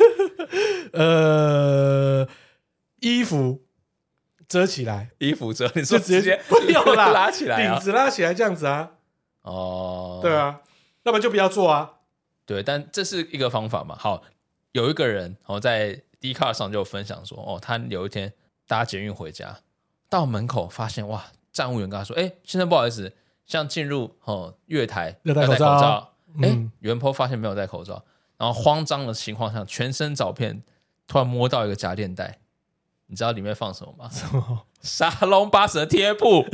Speaker 1: 呃，衣服遮起来，
Speaker 2: 衣
Speaker 1: (laughs)
Speaker 2: 服遮，你
Speaker 1: 就
Speaker 2: 说
Speaker 1: 直
Speaker 2: 直
Speaker 1: 接
Speaker 2: 接
Speaker 1: 不用啦，
Speaker 2: (laughs) 拉起来
Speaker 1: 领
Speaker 2: 啊？
Speaker 1: 子拉起来这样子啊，
Speaker 2: 哦，
Speaker 1: 对啊，要不然就不要做啊。
Speaker 2: 对，但这是一个方法嘛。好，有一个人哦，在 d c a r 上就分享说，哦，他有一天搭捷运回家，到门口发现哇，站务员跟他说，哎，先生不好意思，像进入哦月台
Speaker 1: 要戴
Speaker 2: 要戴
Speaker 1: 口
Speaker 2: 口
Speaker 1: 罩啊
Speaker 2: 罩，哎、
Speaker 1: 嗯
Speaker 2: 原坡发现没有戴口罩，然后慌张的情况下，全身找遍，突然摸到一个夹链袋，你知道里面放什么吗？ (laughs) 沙龙巴士的贴布。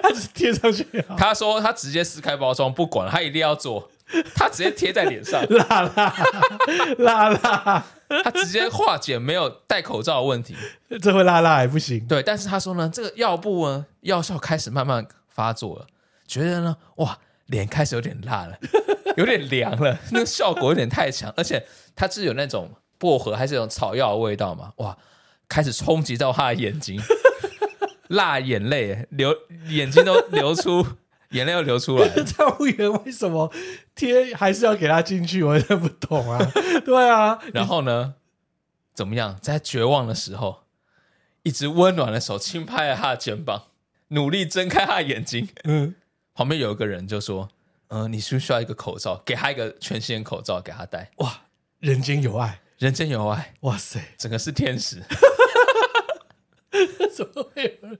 Speaker 1: 他只是贴上去啊，，
Speaker 2: 他说他直接撕开包装，不管了他一定要做， (laughs) 他直接贴在脸上
Speaker 1: 拉拉拉拉，
Speaker 2: 他直接化解没有戴口罩的问题。
Speaker 1: 这会拉拉还不行。
Speaker 2: 对，但是他说呢，这个药布呢，药效开始慢慢发作了，觉得呢，哇，脸开始有点辣了，有点凉了，那个效果有点太强，而且它是有那种薄荷还是有草药的味道嘛，哇，开始冲击到他的眼睛，辣眼泪流，眼睛都流出，眼泪又流出来了。
Speaker 1: 站务员为什么贴还是要给他进去？我也不懂啊。对啊， (laughs)
Speaker 2: 然后呢，怎么样？在绝望的时候，一只温暖的手轻拍了他的肩膀，努力睁开他的眼睛。
Speaker 1: 嗯，
Speaker 2: 旁边有一个人就说：“嗯、你需不需要一个口罩？给他一个全新的口罩，给他戴。
Speaker 1: 哇，人间有爱，
Speaker 2: 人间有爱，
Speaker 1: 哇塞，
Speaker 2: 整个是天
Speaker 1: (laughs)
Speaker 2: 使。
Speaker 1: 怎么会有人？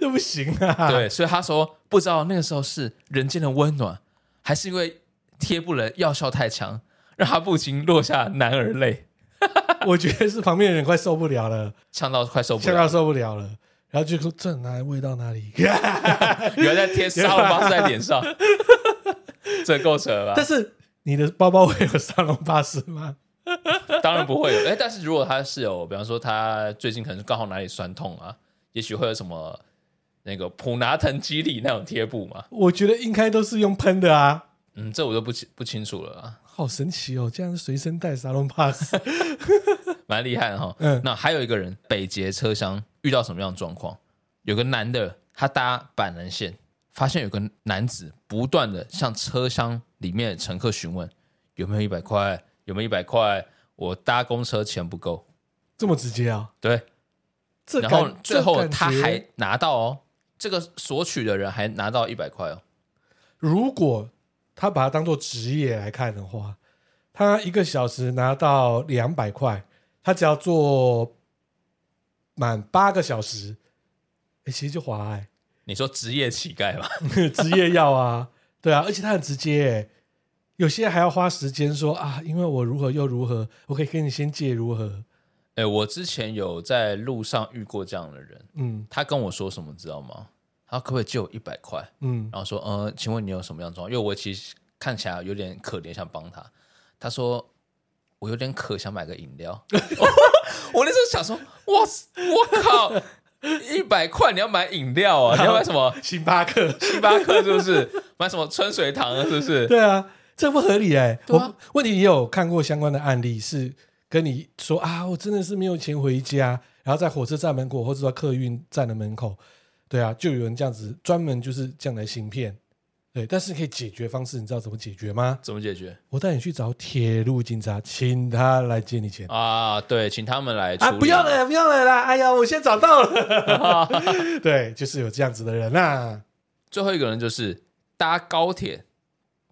Speaker 1: 这不行啊！，
Speaker 2: 对，所以他说不知道那个时候是人间的温暖，还是因为贴布了药效太强，让他不禁落下男儿泪，
Speaker 1: 我觉得是旁边的人快受不了了。
Speaker 2: 呛到快受不
Speaker 1: 呛
Speaker 2: 了，
Speaker 1: 到受不了了，然后就说这哪里味道哪
Speaker 2: (laughs)
Speaker 1: 里？
Speaker 2: 啊原来
Speaker 1: (laughs)
Speaker 2: 贴沙龙巴斯在脸上，这够扯了吧？
Speaker 1: 但是你的包包会有沙龙巴士吗？
Speaker 2: (laughs) 当然不会有。哎、但是如果他是有，比方说他最近可能刚好哪里酸痛啊，也许会有什么那个普拿疼肌理那种贴布嘛。
Speaker 1: 我觉得应该都是用喷的啊。
Speaker 2: 嗯，这我就不清不清楚了啊，
Speaker 1: 好神奇哦，竟然随身带沙龙巴
Speaker 2: (laughs)
Speaker 1: 士。
Speaker 2: 蛮厉害的哈。
Speaker 1: 嗯
Speaker 2: 那还有一个人，北捷车厢遇到什么样的状况？有个男的，他搭板南线，发现有个男子不断的向车厢里面的乘客询问有没有一百块，有没有一百块，我搭公车钱不够。
Speaker 1: 这么直接啊？
Speaker 2: 对，
Speaker 1: 这
Speaker 2: 然
Speaker 1: 感
Speaker 2: 后最后他
Speaker 1: 这感
Speaker 2: 还
Speaker 1: 觉
Speaker 2: 拿到哦，这个索取的人还拿到一百块哦。
Speaker 1: 如果他把它当做职业来看的话，他一个小时拿到两百块，他只要做满八个小时，哎、其实就划哎、
Speaker 2: 你说职业乞丐 (laughs) 吧？
Speaker 1: (laughs) 职业要啊，对啊，而且他很直接、欸，有些还要花时间说啊，因为我如何又如何，我可以跟你先借如何，
Speaker 2: 哎，我之前有在路上遇过这样的人，
Speaker 1: 嗯
Speaker 2: 他跟我说什么，知道吗？他可不可以借我一百块？
Speaker 1: 嗯，
Speaker 2: 然后说，呃，请问你有什么样的状况？因为我其实看起来有点可怜，想帮他。他说我有点渴，想买个饮料。 (laughs) 我那时候想说，哇塞，我靠，一百块你要买饮料啊？你要买什么？
Speaker 1: 星巴克，
Speaker 2: 星巴克是不是？买什么春水堂啊？是不是？
Speaker 1: 对啊，这不合理哎、
Speaker 2: 对啊
Speaker 1: 我问题也有看过相关的案例，是跟你说啊，我真的是没有钱回家，然后在火车站门口或者说客运站的门口，对啊，就有人这样子专门就是这样来行骗。对，但是可以解决方式，你知道怎么解决吗？
Speaker 2: 怎么解决
Speaker 1: 我带你去找铁路警察，请他来借你钱。
Speaker 2: 啊？对，请他们来
Speaker 1: 啊，
Speaker 2: 处理
Speaker 1: 不用了，不用了啦！哎呀，我先找到
Speaker 2: (laughs)
Speaker 1: 了。对，就是有这样子的人啦。
Speaker 2: 最后一个人就是搭高铁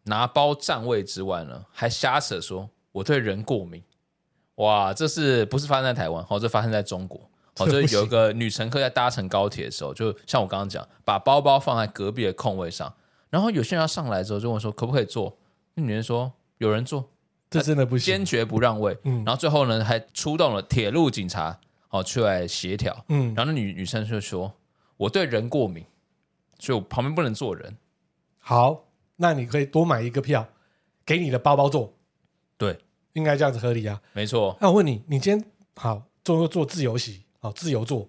Speaker 2: 拿包占位之外呢，还瞎扯说我对人过敏。哇，这是不是发生在台湾？哦，这发生在中国。哦，
Speaker 1: 这
Speaker 2: 就
Speaker 1: 不行
Speaker 2: 是有一个女乘客在搭乘高铁的时候，就像我刚刚讲，把包包放在隔壁的空位上，然后有些人要上来之后就问说可不可以坐，那女人说有
Speaker 1: (laughs)
Speaker 2: 人坐，
Speaker 1: 这真的不行
Speaker 2: 坚。决不让位。
Speaker 1: 嗯
Speaker 2: 然后最后呢，还出动了铁路警察哦出来协调。
Speaker 1: 嗯，
Speaker 2: 然后那女女生就说：“我对人过敏，所以我旁边不能坐人。
Speaker 1: 好，那你可以多买一个票，给你的包包坐，”
Speaker 2: 对，
Speaker 1: 应该这样子合理啊。
Speaker 2: 没错，
Speaker 1: 那我问你，你今天好坐坐自由席，好自由坐，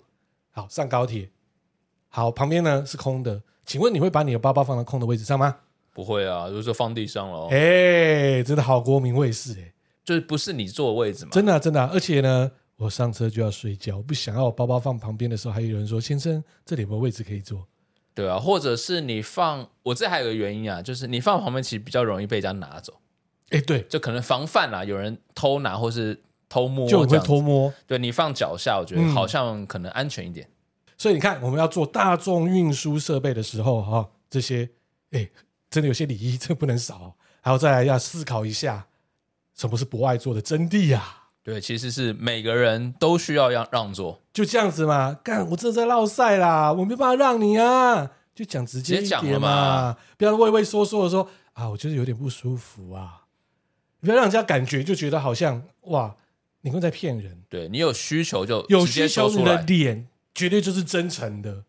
Speaker 1: 好上高铁，好旁边呢是空的，请问你会把你的包包放到空的位置上吗？
Speaker 2: 不会啊，就是说放地上了、
Speaker 1: 哎、真的好国民卫士哎、
Speaker 2: 就是不是你坐的位置嘛？
Speaker 1: 真的啊、真的啊、而且呢，我上车就要睡觉，我不想要我包包放旁边的时候，还有人说先生这里有没有位置可以坐？
Speaker 2: 对啊，或者是你放，我这还有个原因啊，就是你放旁边其实比较容易被人家拿走，
Speaker 1: 哎、对，
Speaker 2: 就可能防范啊啦，有人偷拿或是偷摸
Speaker 1: 就很
Speaker 2: 这
Speaker 1: 会
Speaker 2: 样子
Speaker 1: 偷摸。
Speaker 2: 对你放脚下，我觉得
Speaker 1: 嗯
Speaker 2: 好像可能安全一点。
Speaker 1: 所以你看，我们要做大众运输设备的时候，哈、这些哎、真的有些礼仪这不能少哦。还有再来要思考一下，什么是博爱座的真谛啊？
Speaker 2: 对，其实是每个人都需要让让座，
Speaker 1: 就这样子嘛，干，我真的在落赛啦，我没办法让你啊，就讲直接一
Speaker 2: 直接
Speaker 1: 点
Speaker 2: 讲了嘛，
Speaker 1: 不要畏畏缩缩的说啊，我就是有点不舒服啊，不要让人家感觉就觉得好像哇，你们在骗人，
Speaker 2: 对你有需求就
Speaker 1: 有
Speaker 2: 直接
Speaker 1: 需
Speaker 2: 说
Speaker 1: 求
Speaker 2: 出
Speaker 1: 你的
Speaker 2: 来。
Speaker 1: 脸绝对就是真诚的，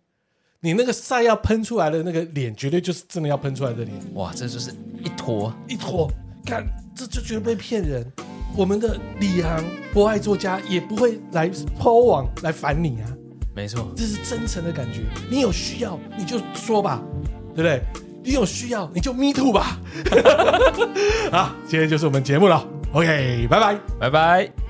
Speaker 1: 你那个赛要喷出来的那个脸，绝对就是真的要喷出来的脸，
Speaker 2: 哇，这就是一坨
Speaker 1: 一坨，看这就绝对被骗人。我们的李航博爱作家也不会来抛网来烦你啊。
Speaker 2: 没错，
Speaker 1: 这是真诚的感觉。你有需要你就说吧，对不对？你有需要你就 me (laughs) too 吧。好，今天就是我们节目了。OK，拜拜。
Speaker 2: 拜拜。